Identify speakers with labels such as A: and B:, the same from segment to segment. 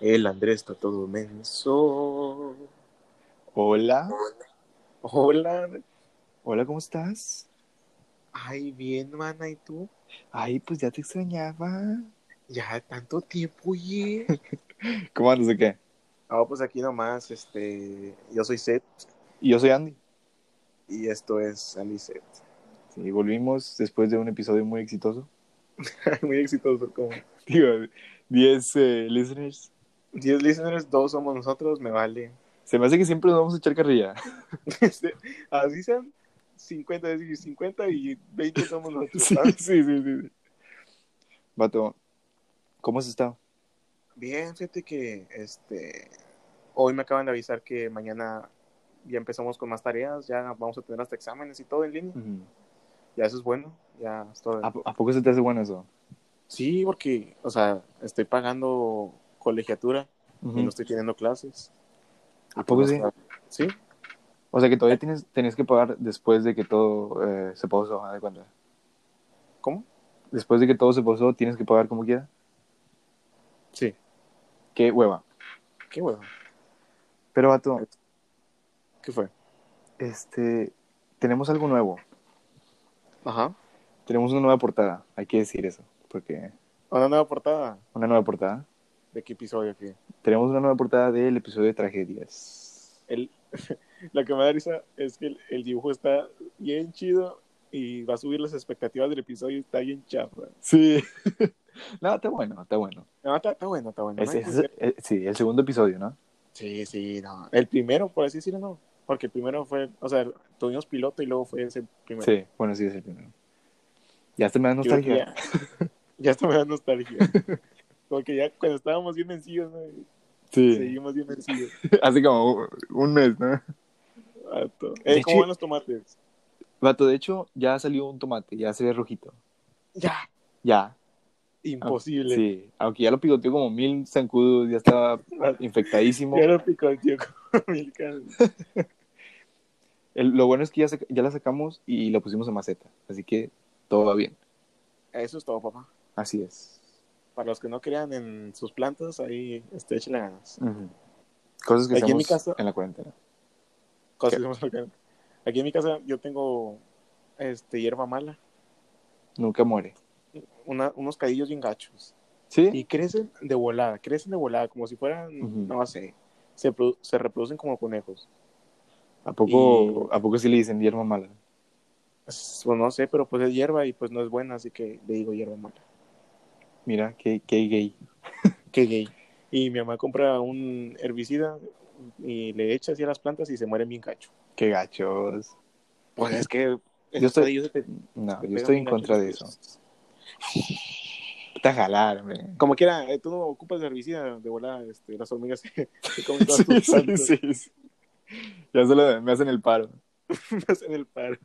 A: El Andrés está todo menso.
B: Hola,
A: Hola.
B: hola, ¿cómo estás?
A: Ay, bien, mana, ¿y tú?
B: Ay, pues ya te extrañaba.
A: Ya tanto tiempo, oye.
B: ¿Cómo andas de qué?
A: Ah, pues aquí nomás, este, yo soy Seth
B: Y yo soy Andy.
A: y esto es Andy Seth.
B: Sí, volvimos después de un episodio muy exitoso.
A: Muy exitoso, como
B: Digo, 10 eh, listeners.
A: 10 listeners, dos somos nosotros, me vale.
B: Se me hace que siempre nos vamos a echar carrilla.
A: Este, Así sean 50 y 50 y 20 somos nosotros.
B: Sí,
A: ¿sabes?
B: sí, sí, sí. Vato, ¿cómo has estado?
A: Bien, fíjate que este hoy me acaban de avisar que mañana ya empezamos con más tareas, ya vamos a tener hasta exámenes y todo en línea. Ya eso es bueno, ya estoy.
B: ¿A, po- a poco se te hace bueno eso?
A: Ah, Sí, porque, o sea, estoy pagando colegiatura y no estoy teniendo clases.
B: ¿A poco
A: O
B: sí?
A: sea, Sí,
B: O sea que todavía tienes, tenías que pagar después de que todo eh, se pausó, haz de cuenta.
A: ¿cómo?
B: Después de que todo se pausó, tienes que pagar como quiera.
A: Sí.
B: Qué hueva.
A: Qué bueno.
B: Pero, vato,
A: ¿Qué fue?
B: este, tenemos algo nuevo.
A: Ajá.
B: Tenemos una nueva portada, hay que decir eso, porque
A: Una nueva portada.
B: una nueva portada.
A: ¿De qué episodio? ¿Qué?
B: Tenemos una nueva portada del episodio de tragedias.
A: El... Lo que me da risa es que el, el dibujo está bien chido y va a subir las expectativas del episodio y está bien chafa.
B: Sí. no, está bueno, está bueno.
A: No, está, está bueno, está bueno.
B: Es-
A: No hay
B: es-
A: que-
B: eh, sí, el segundo episodio, ¿no?
A: Sí, sí, no. El primero, por así decirlo, no. Porque el primero fue, o sea, tuvimos piloto y luego fue ese primero.
B: Sí, bueno, sí, es el primero. Ya se me da
A: Yo creo que
B: nostalgia.
A: Ya, ya hasta me da nostalgia. Porque ya cuando estábamos bien vencidos, ¿no?
B: Sí,
A: seguimos bien vencidos.
B: hace como un mes, ¿no?
A: Vato.
B: De
A: Eh,
B: hecho-
A: ¿Cómo van los tomates?
B: Vato, de hecho, ya salió un tomate, ya se ve rojito.
A: Ya, Ah,
B: Ya,
A: imposible.
B: sí. Aunque ya lo picoteó como mil zancudos, ya estaba infectadísimo.
A: Ya lo picó el tío con mil cal-
B: El- lo bueno es que ya, sac- ya la sacamos y la pusimos en maceta. Así que todo va bien.
A: Eso es todo, papá.
B: Así es.
A: Para los que no crean en sus plantas, ahí este, échenle ganas.
B: Cosas que
A: Aquí en
B: hacemos en,
A: mi casa-
B: la cuarentena.
A: Cosas que hacemos acá. Aquí en mi casa yo tengo este, hierba mala,
B: Nunca muere.
A: una- unos cadillos bien gachos.
B: ¿Sí?
A: Y crecen de volada, crecen de volada, como si fueran,
B: Ujú.
A: no sé, se, produ- se reproducen como conejos.
B: ¿A, poco, ¿A poco sí le dicen hierba mala?
A: Es- Pues no sé, pero pues es hierba y pues no es buena, así que le digo hierba mala.
B: Mira, qué, qué gay.
A: Qué gay. Y mi mamá compra un herbicida y le echa así a las plantas y se mueren bien cacho.
B: Qué gachos.
A: Pues es que...
B: Yo estoy-
A: ellos te- te
B: No, yo
A: pegan
B: estoy en
A: bien
B: contra
A: gacho.
B: de eso. Está jalar, hombre.
A: Como quiera, eh, tú no ocupas de herbicida de volada, este, las hormigas se, se comen todas
B: Sí,
A: tus
B: sí,
A: plantas
B: sí, sí. Ya solo me hacen el paro.
A: en el paro.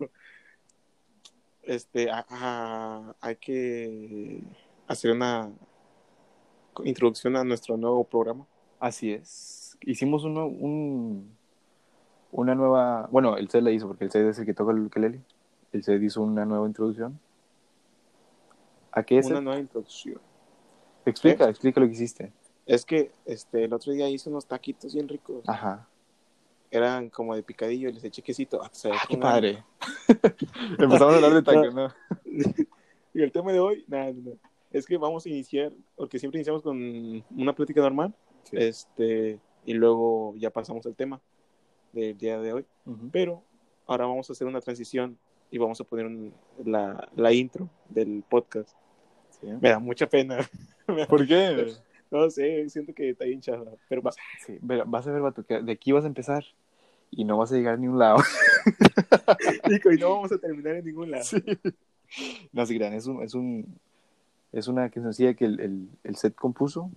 A: Este, a- a- hay que hacer una introducción a nuestro nuevo programa.
B: Así es. Hicimos uno, un, una nueva. Bueno, el CED la hizo, porque el CED es el que toca el ukelele. El CED hizo una nueva introducción. ¿A qué es?
A: Una
B: el-
A: nueva introducción.
B: Explica, explica lo que hiciste.
A: Es que este, el otro día hice unos taquitos bien ricos.
B: Ajá.
A: Eran como de picadillo, les eché quesito. Ah, se ve
B: Ah, qué
A: una-
B: padre. Empezamos a hablar de tacos, ¿no?
A: Y el tema de hoy, nada, no, no. es que vamos a iniciar, porque siempre iniciamos con una plática normal,
B: Sí.
A: este, y luego ya pasamos al tema del día de hoy.
B: Ujú.
A: pero ahora vamos a hacer una transición y vamos a poner un- la, la intro del podcast.
B: Sí.
A: Me da mucha pena,
B: ¿Por qué?
A: no sé, siento que está hinchada, pero pues,
B: Sí, pero vas a ver, vato, que de aquí vas a empezar y no vas a llegar a ningún lado.
A: Nico, y no vamos a terminar en ningún lado.
B: Sí. No se crean, es un, es un es una que sencilla que el, el, el set compuso.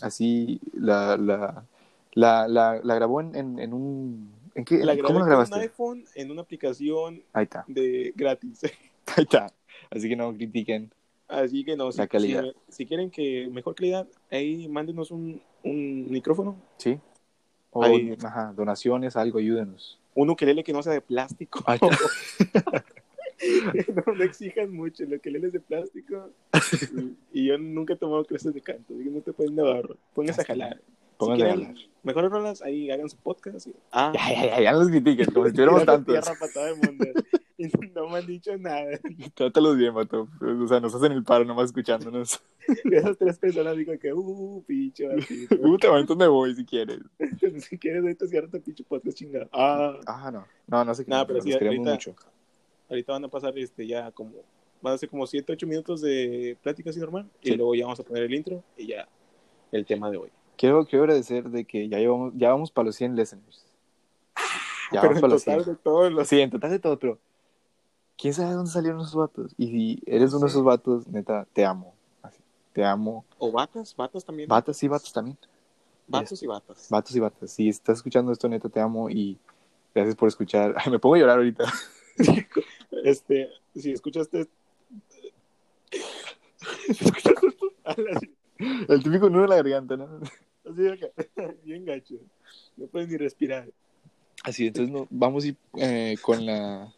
B: Así la la, la, la, la grabó en, en, en un ¿en qué?
A: La grabé
B: ¿Cómo la
A: con
B: grabaste?
A: un iPhone en una aplicación
B: Ahí está,
A: de gratis.
B: ahí está. Así que no critiquen.
A: Así que no, si,
B: La calidad.
A: Si, si quieren que mejor calidad, ahí mándenos un, un micrófono,
B: Sí. O
A: Ahí.
B: ajá, donaciones, algo, ayúdenos.
A: un ukelele que no sea de plástico.
B: Ahí está.
A: no, no exijan mucho, el ukelele es de plástico. Y, y yo nunca he tomado clases de canto, así que no te pueden dar, pónganse a jalar.
B: Pónganse a ganar.
A: mejores rolas, ahí hagan su podcast. y- Ah,
B: Ya, ya, ya, ya no los critiquen, como si tuviéramos
A: tirando
B: tantos.
A: tierra para todo el mundo. Y no me han dicho nada.
B: Trátalos bien, vato. O sea, nos hacen el paro nomás escuchándonos.
A: Y esas tres personas digo que, uh, picho, así.
B: Uh, te- entonces me voy si quieres.
A: si quieres, ahorita cierto pinche podcast chingado. Ah,
B: Ah, no. No, no sé qué.
A: Nah, pero sí,
B: nos queremos
A: ahorita-
B: mucho.
A: ahorita van a pasar este ya como. Van a ser como 7, 8 minutos de plática así normal.
B: Sí.
A: Y luego ya vamos a poner el intro y ya el tema de hoy.
B: Quiero, quiero agradecer de que ya, llevamos, ya vamos para los 100 listeners. Ah, Ya
A: Ah, pero
B: vamos
A: en
B: para los
A: total
B: 100.
A: de todos los.
B: Sí, en total de todo, pero quién sabe dónde salieron esos vatos. Y si eres uno de
A: Sí.
B: esos vatos, neta, te amo. Así, te amo.
A: O batas, batas también.
B: Vatas este, y vatos también.
A: Vatos y batas.
B: Vatos y vatas. Si estás escuchando esto, neta, te amo y gracias por escuchar. Ay, me pongo a llorar ahorita.
A: Este, si escuchaste. escuchaste esto? Así
B: El típico nudo en la garganta, ¿no?
A: así de acá. Bien gacho. No puedes ni respirar.
B: Así, entonces no, vamos a ir eh, con la...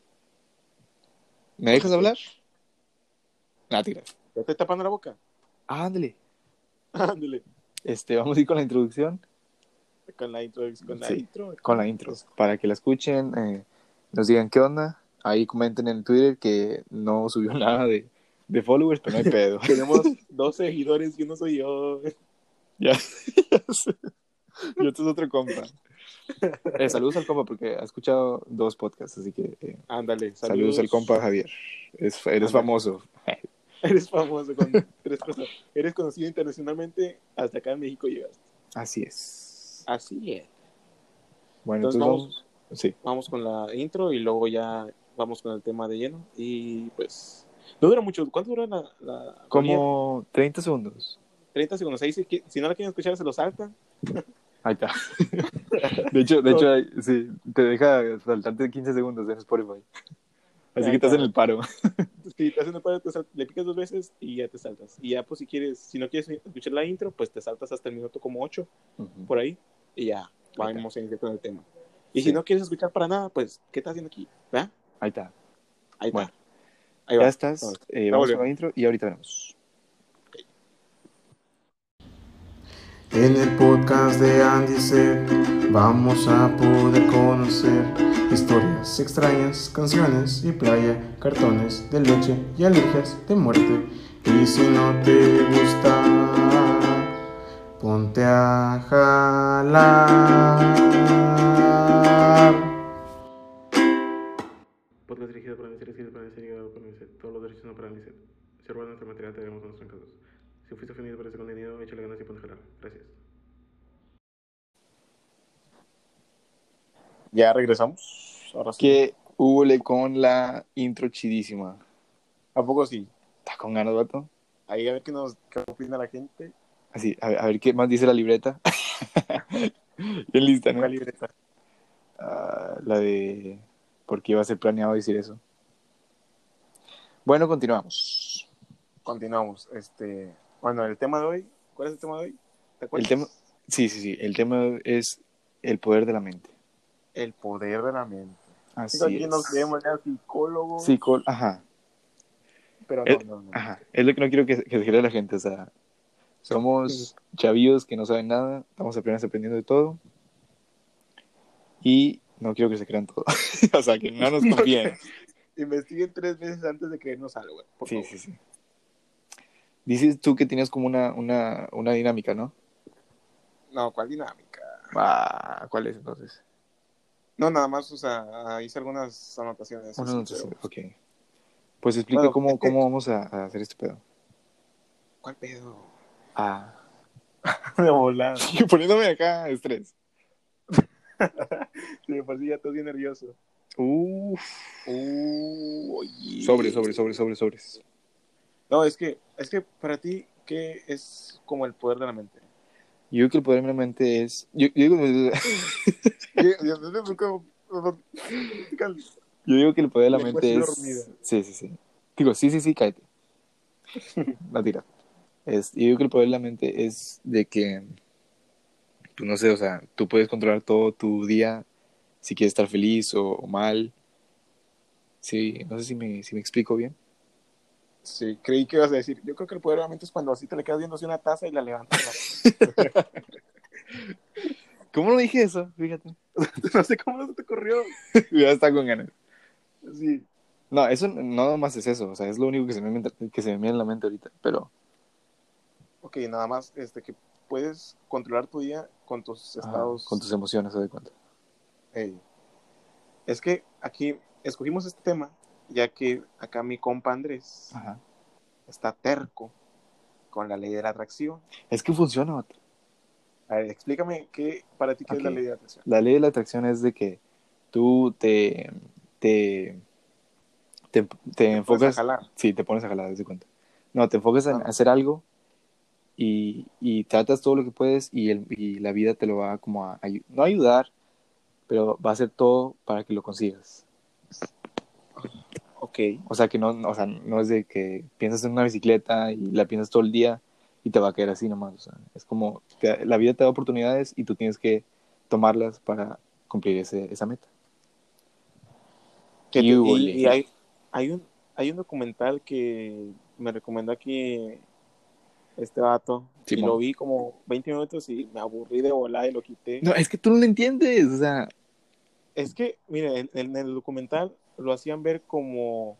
B: ¿Me dejas hablar? Nada, te creas.
A: ¿Ya te tapando la boca?
B: Ah, ándale.
A: Ándale.
B: Este, vamos a ir con la introducción.
A: Con la intro. Con la
B: Sí,
A: intro.
B: con la intro, para que la escuchen, eh, nos digan qué onda. Ahí comenten en Twitter que no subió nada de, de followers, pero no hay pedo.
A: Tenemos dos seguidores y uno soy yo.
B: ya, ya sé. Y otro es otro compa. Eh, saludos al compa, porque ha escuchado dos podcasts, así que eh,
A: Ándale.
B: saludos. al compa Javier. Es- eres
A: Ándale.
B: famoso.
A: Eres famoso con tres cosas. Eres conocido internacionalmente. Hasta acá en México llegas.
B: Así es.
A: Así es.
B: Bueno,
A: Entonces
B: entonces
A: vamos,
B: vamos. Sí,
A: vamos con la intro y luego ya vamos con el tema de lleno. Y pues. No dura mucho. ¿Cuánto dura la.? la rolía?
B: como 30 segundos.
A: 30 segundos. Ahí, si, qui- si no la quieren escuchar, se lo saltan.
B: Ahí está. De hecho, de hecho, ahí- sí, te deja saltarte 15 segundos en Spotify. Así que estás en el paro.
A: Si te hacen el paro, te sal- le picas dos veces y ya te saltas. Y ya, pues, si quieres, si no quieres escuchar la intro, pues te saltas hasta el minuto como 8 por ahí y ya vamos a iniciar con el tema. Y
B: Sí.
A: si no quieres escuchar para nada, pues, ¿qué estás haciendo aquí? ¿Verdad?
B: Ahí está.
A: Ahí
B: Bueno.
A: va. Ahí
B: Ya
A: va.
B: estás.
A: Vamos.
B: eh,
A: Ya
B: vamos
A: volvemos.
B: con la intro y ahorita vemos.
C: En el podcast de Andy Ser vamos a poder conocer historias extrañas, canciones y playa, cartones de leche y alergias de muerte. Y si no te gusta, ponte a jalar.
D: Podcast dirigido para Anicet, escrito para Anicet, grabado por Anicet. Todos los derechos son para Anicet. Si roban nuestra materia, te daremos nuestros encantos. Si fuiste ofendido por este contenido, échale ganas y ponte a jalar. Gracias.
A: Ya regresamos. Ahora sí.
B: Que húbole con la intro chidísima.
A: ¿A poco sí?
B: ¿Estás con ganas, vato?
A: Ahí a ver qué nos qué opina la gente.
B: Así, a ver, a ver qué más dice la libreta. Bien lista, ¿no?
A: ¿Cuál libreta?
B: Ah, la de. ¿Por qué iba a ser planeado decir eso? Bueno, continuamos.
A: Continuamos. Este, bueno, el tema de hoy. ¿Cuál es el tema de hoy? ¿Te acuerdas?
B: El tema. Sí, sí, sí. El tema es el poder de la mente.
A: El poder de la mente.
B: Así
A: Entonces, aquí
B: es.
A: nos queremos ya psicólogo.
B: Psicol- Ajá.
A: Pero
B: El-
A: no, no, no.
B: Ajá, es lo que no quiero que, que se crea la gente, o sea, somos chavillos que no saben nada, estamos apenas aprendiendo de todo y no quiero que se crean todo, o sea, que no nos confíen.
A: Investiguen tres veces antes de creernos algo, güey, por
B: Sí,
A: favor.
B: sí, sí. Dices tú que tienes como una, una, una dinámica, ¿no?
A: No, ¿cuál dinámica?
B: Ah, ¿cuál es entonces?
A: No, nada más, o sea, hice algunas anotaciones.
B: Una
A: así,
B: anotación,
A: pero-
B: ok. Pues explica
A: Bueno,
B: cómo,
A: es que-
B: cómo vamos a, a hacer este pedo.
A: ¿Cuál pedo?
B: Ah,
A: De volada.
B: poniéndome acá estrés.
A: Sí, por si ya estás bien nervioso.
B: Uf,
A: Uh, oye.
B: sobre, sobre, sobre, sobre, sobres.
A: No, es que, es que para ti, ¿qué es como el poder de la mente?
B: Yo creo que el poder de la mente es. Yo, yo digo,
A: Yo- yo- yo- yo- como- como-
B: Yo digo que el poder de la
A: Me
B: mente
A: cuesta
B: es.
A: dormida.
B: Sí, sí, sí. Digo, sí, sí, sí, cállate. La tira. Es, yo digo que el poder de la mente es de que. Tú no sé, o sea, tú puedes controlar todo tu día, si quieres estar feliz o, o mal. Sí, no sé si me, si me explico bien.
A: Sí, creí que ibas a decir. Yo creo que el poder de la mente es cuando así te le quedas viendo así una taza y la levantas.
B: ¿Cómo no dije eso? Fíjate.
A: no sé cómo no se te ocurrió.
B: Ya está con ganas.
A: Sí.
B: No, eso no nada más es eso. O sea, es lo único que se me, que se me viene en la mente ahorita. Pero
A: Ok, nada más este, que puedes controlar tu día con tus
B: ajá,
A: estados.
B: Ah, con tus emociones, se de cuenta.
A: Ey. Es que aquí escogimos este tema, ya que acá mi compa Andrés
B: Ajá.
A: está terco con la ley de la atracción.
B: Es que funciona, vato.
A: A ver, explícame qué para ti qué es la
B: Ok.
A: ley de la atracción.
B: La ley de la atracción es de que tú te. te. te, te enfocas.
A: Puedes Pues, jalar.
B: Sí, te pones a jalar, haz de cuenta. No, te enfocas en
A: Ah.
B: hacer algo y, y tratas todo lo que puedes y, el- y la vida te lo va como a, ayu- no ayudar, pero va a hacer todo para que lo consigas.
A: Ok.
B: O sea, que no, no- o sea, no es de que piensas en una bicicleta y la piensas todo el día y te va a caer así nomás. O sea, es como que la vida te da oportunidades y tú tienes que tomarlas para cumplir ese, esa meta.
A: Que te-
B: Y hubo
A: y,
B: ley.
A: y hay, hay, un, hay un documental que me recomendó aquí este vato. y
B: Simón.
A: lo vi como 20 minutos y me aburrí de volar y lo quité.
B: No, es que tú no lo entiendes. O sea,
A: Es que, mire, en, en el documental lo hacían ver como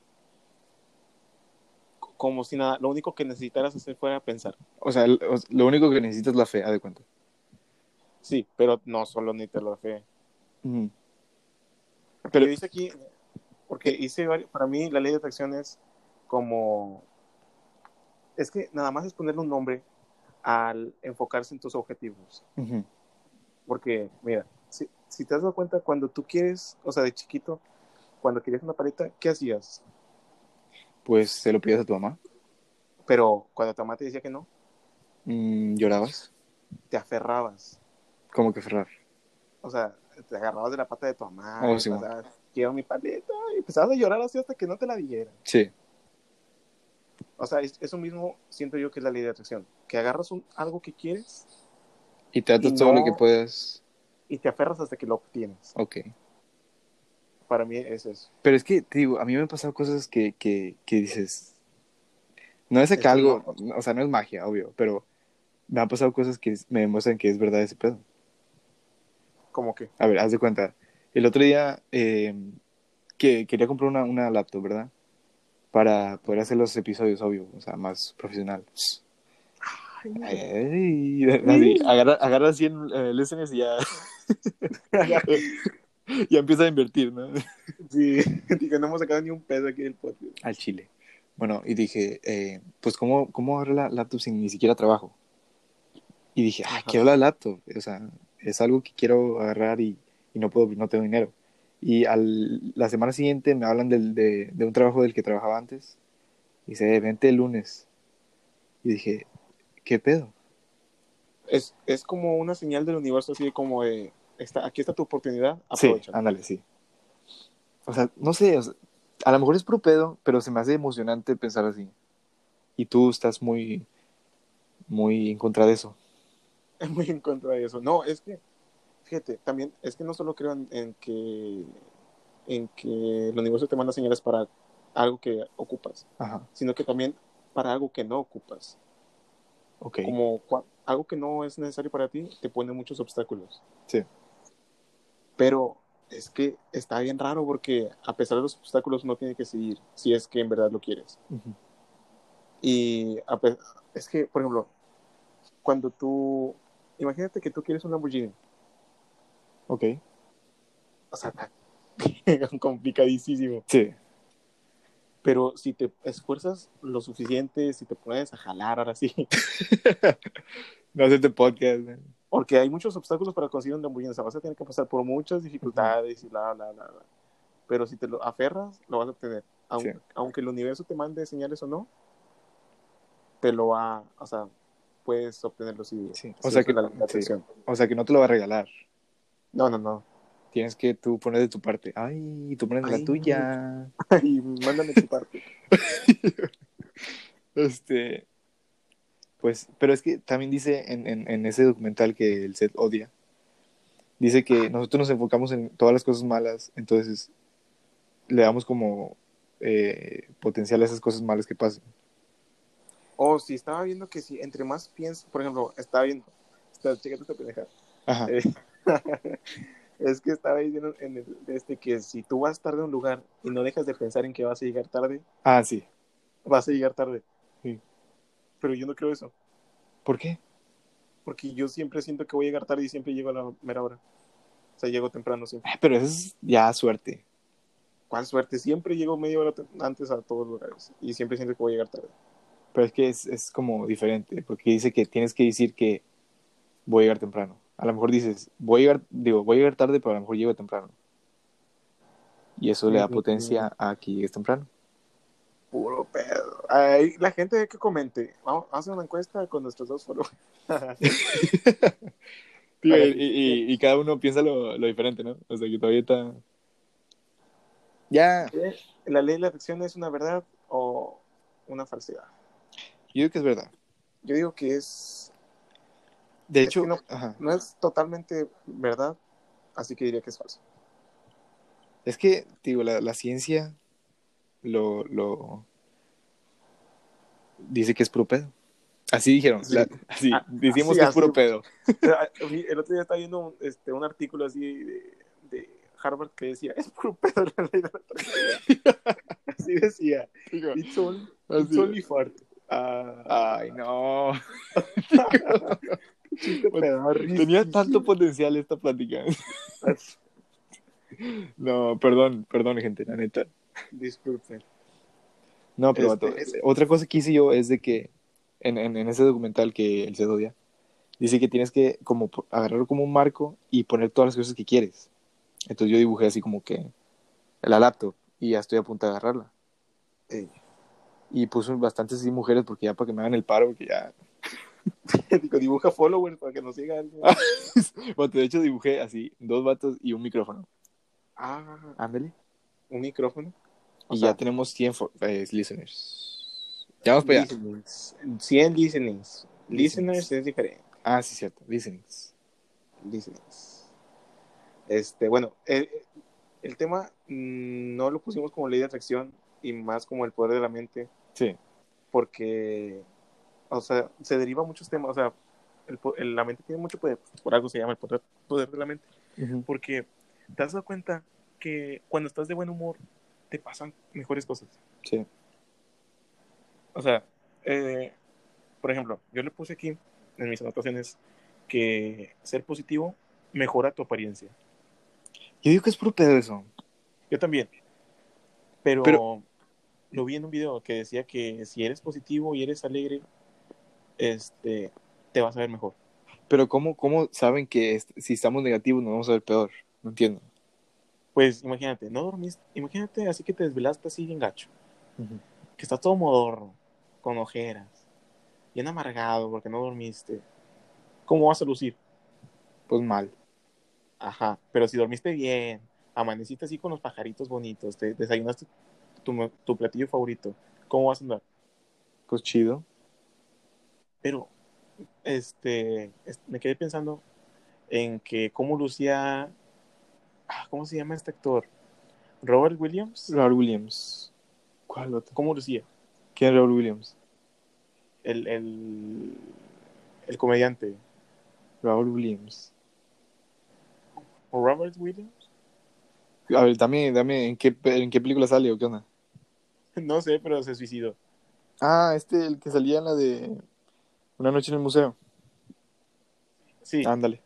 A: como si nada, lo único que necesitaras hacer fuera pensar.
B: o sea, lo- lo único que necesitas es la fe, haz de cuenta.
A: Sí, pero no solo necesitas la fe.
B: Ujú.
A: Pero yo hice aquí, porque hice varios, para mí la ley de atracción es como, es que nada más es ponerle un nombre al enfocarse en tus objetivos.
B: Ujú.
A: Porque, mira, si, si te has dado cuenta, cuando tú quieres, o sea, de chiquito, cuando querías una paleta, ¿qué hacías?
B: Pues se lo pides a tu mamá.
A: Pero cuando tu mamá te decía que no,
B: Mm, llorabas.
A: te aferrabas.
B: Como que Ferrar.
A: O sea, te agarrabas de la pata de tu mamá.
B: Oh,
A: y
B: sí,
A: empezabas, quiero mi paleta. Y empezabas a llorar así hasta que no te la dieran.
B: Sí.
A: O sea, es- eso mismo siento yo que es la ley de atracción. Que agarras un- algo que quieres
B: Y tratas
A: Y
B: todo
A: no-
B: lo que puedas.
A: y te aferras hasta que lo obtienes.
B: Ok.
A: Para mí es eso.
B: Pero es que, te digo, a mí me han pasado cosas que, que, que dices. No es de que
A: Es
B: algo. O sea, no es magia, obvio. Pero me han pasado cosas que me demuestran que es verdad ese pedo.
A: Como que,
B: A ver, haz de cuenta. El otro día eh, que quería comprar una, una laptop, ¿verdad? Para poder hacer los episodios, obvio. O sea, más profesional. Ay, así, agarra, agarra 100 eh, listeners y ya. ya empieza a invertir, ¿no?
A: sí, digo, no hemos sacado ni un pedo aquí del podcast.
B: Al Chile. Bueno, y dije, eh, pues, ¿cómo, ¿cómo agarro la laptop sin ni siquiera trabajo? Y dije, ah,
A: Ajá.
B: quiero la laptop. O sea, es algo que quiero agarrar y, y no puedo, no tengo dinero. Y al, la semana siguiente me hablan del- de, de un trabajo del que trabajaba antes. Y dice, "Eh, vente el lunes. Y dije, ¿qué pedo?
A: Es, es como una señal del universo, así como de, está, aquí está tu oportunidad,
B: Sí,
A: aprovecha.
B: ándale, sí. O sea, no sé, o sea, a lo mejor es puro pedo, pero se me hace emocionante pensar así. Y tú estás muy, muy en contra de eso.
A: Es muy en contra de eso. No, es que, fíjate, también es que no solo creo en, en que en que el universo te manda señales para algo que ocupas,
B: Ajá,
A: sino que también para algo que no ocupas.
B: ok.
A: Como cua- algo que no es necesario para ti, te pone muchos obstáculos.
B: Sí.
A: Pero es que está bien raro porque a pesar de los obstáculos uno tiene que seguir si es que en verdad lo quieres.
B: Ujú.
A: Y a pe- es que, por ejemplo, cuando tú, imagínate que tú quieres un Lamborghini,
B: Ok,
A: o sea, está complicadísimo.
B: sí.
A: Pero si te esfuerzas lo suficiente, si te pones a jalar ahora sí,
B: No hacerte podcast. ¿no?
A: porque hay muchos obstáculos para conseguir un Lamborghini, o sea, vas a tener que pasar por muchas dificultades y bla, bla, bla, bla. Pero si te lo aferras, lo vas a obtener. Aun-
B: Sí.
A: Aunque el universo te mande señales o no, te lo va, o sea, puedes obtenerlo si,
B: Sí.
A: si
B: O sea
A: es
B: que-
A: la, la
B: sí.
A: atención.
B: O sea, que no te lo va a regalar.
A: No, no, no.
B: Tienes que tú poner de tu parte. Ay, tú pones de
A: Ay.
B: la tuya.
A: y mándame tu parte.
B: Este. Pues, pero es que también dice en, en, en ese documental que el set odia. Dice que nosotros nos enfocamos en todas las cosas malas, entonces le damos como eh, potencial a esas cosas malas que pasen.
A: O si estaba viendo que si entre más piensas, por ejemplo, estaba viendo, está, chécate esta pendeja.
B: Ajá.
A: Eh, es que estaba diciendo en el- este, que si tú vas tarde a un lugar y no dejas de pensar en que vas a llegar tarde,
B: Ah, sí.
A: vas a llegar tarde.
B: Sí.
A: Pero yo no creo eso,
B: ¿Por qué?
A: porque yo siempre siento que voy a llegar tarde y siempre llego a la mera hora. O sea, llego temprano siempre.
B: Ah, Pero eso es ya suerte.
A: ¿Cuál suerte? Siempre llego media hora te- antes a todos los lugares y siempre siento que voy a llegar tarde.
B: Pero es que es, es como diferente, porque dice que tienes que decir que voy a llegar temprano. A lo mejor dices, voy a llegar, digo, voy a llegar tarde, pero a lo mejor llego temprano. Y eso le da
A: Ujú.
B: potencia a que llegues temprano.
A: Puro pedo. Ay, la gente que comente, vamos a hacer una encuesta con nuestros dos followers.
B: Digo,
A: Para
B: y, y- y cada uno piensa lo, lo diferente, ¿no? O sea, que todavía está... Ya. Yo
A: ¿La ley de la ficción es una verdad o una falsedad?
B: digo que es verdad.
A: Yo digo que es
B: De
A: Es
B: hecho,
A: que no-
B: ajá.
A: no es totalmente verdad, así que diría que es falso.
B: Es que, digo, la, la ciencia lo, lo dice que es puro pedo. Así dijeron,
A: Sí.
B: la- así,
A: Ah,
B: decimos
A: así,
B: que es puro
A: así.
B: pedo.
A: El otro día estaba viendo un, este, un artículo así de, de Harvard que decía, es puro pedo la ley de la atracción". Así decía, it's all, it's
B: Así.
A: only fart. Ah,
B: Ay, no.
A: chiste pedorrísimo.
B: Tenía tanto potencial esta plática. No, perdón, perdón, gente, la neta.
A: Disculpen.
B: No, pero
A: Este,
B: vato,
A: es-
B: otra cosa que hice yo es de que en, en- en ese documental que el se odia, dice que tienes que como po- agarrarlo como un marco y poner todas las cosas que quieres. Entonces yo dibujé así como que la laptop y ya estoy a punto de agarrarla.
A: Ey.
B: Y puse bastantes así mujeres porque ya para que me hagan el paro, porque ya...
A: Digo, dibuja followers para que nos siga alguien.
B: Ah. Vato, de hecho dibujé así dos vatos y un micrófono.
A: Ah,
B: Ándale.
A: un micrófono.
B: Y
A: sea-
B: ya tenemos 100 fo- eh, listeners. Ya vamos para allá.
A: Listenings. 100 listenings.
B: Listenings.
A: Listeners es diferente.
B: Ah, sí, cierto. Listenings.
A: listeners. Este, bueno, el, el tema mm, no lo pusimos como ley de atracción y más como el poder de la mente,
B: Sí.
A: porque, o sea, se deriva muchos temas, o sea, el po- el- la mente tiene mucho poder, por algo se llama el poder, poder de la mente, porque te has dado cuenta que cuando estás de buen humor te pasan mejores cosas.
B: Sí.
A: O sea, eh, por ejemplo, yo le puse aquí en mis anotaciones que ser positivo mejora tu apariencia.
B: Yo digo que es puro pedo eso.
A: Yo también. Pero,
B: Pero-
A: lo vi en un video que decía que si eres positivo y eres alegre, este, te vas a ver mejor.
B: Pero ¿cómo, cómo saben que est- si estamos negativos nos vamos a ver peor? No entiendo.
A: Pues imagínate, no dormiste, imagínate así que te desvelaste así en gacho, que estás todo modorro, con ojeras, bien amargado porque no dormiste. ¿Cómo vas a lucir?
B: Pues mal.
A: Ajá, pero si dormiste bien, amaneciste así con los pajaritos bonitos, te desayunaste tu, tu platillo favorito, ¿cómo vas a andar?
B: Pues chido.
A: Pero, este, es- me quedé pensando en que cómo lucía, ah, ¿cómo se llama este actor? Robert Williams.
B: Raúl Williams. ¿Cuál otro?
A: ¿Cómo lucía?
B: ¿Quién es Raúl Williams?
A: El, el, el comediante.
B: Raúl Williams.
A: ¿O Robert Williams?
B: A ver, dame, dame, ¿en qué, pe- ¿en qué película sale o qué onda?
A: No sé, pero se suicidó.
B: Ah, este, el que salía en la de Una noche en el museo.
A: Sí,
B: Ándale.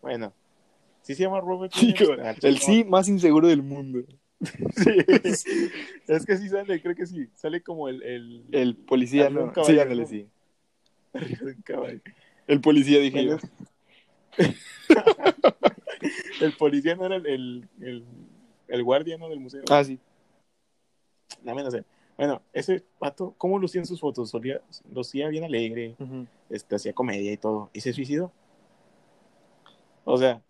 A: bueno. ¿Sí se llama Robert
B: Sí,
A: Williams?
B: cabrón.
A: Ah,
B: el
A: chingón.
B: sí más inseguro del mundo.
A: Sí. Es que sí sale, creo que sí. Sale como el... El,
B: El policía,
A: Algún
B: no. Sí,
A: caballero.
B: ándale, sí.
A: el caballo.
B: El policía, dije yo.
A: Bueno, El policía no era el, el, el, el guardia, ¿no? Del museo.
B: Ah, sí.
A: No, menos él. Bueno, ese pato, ¿cómo lucía en sus fotos? Solía, lucía bien alegre,
B: Ujú.
A: este, hacía comedia y todo. ¿Y se suicidó? O sea,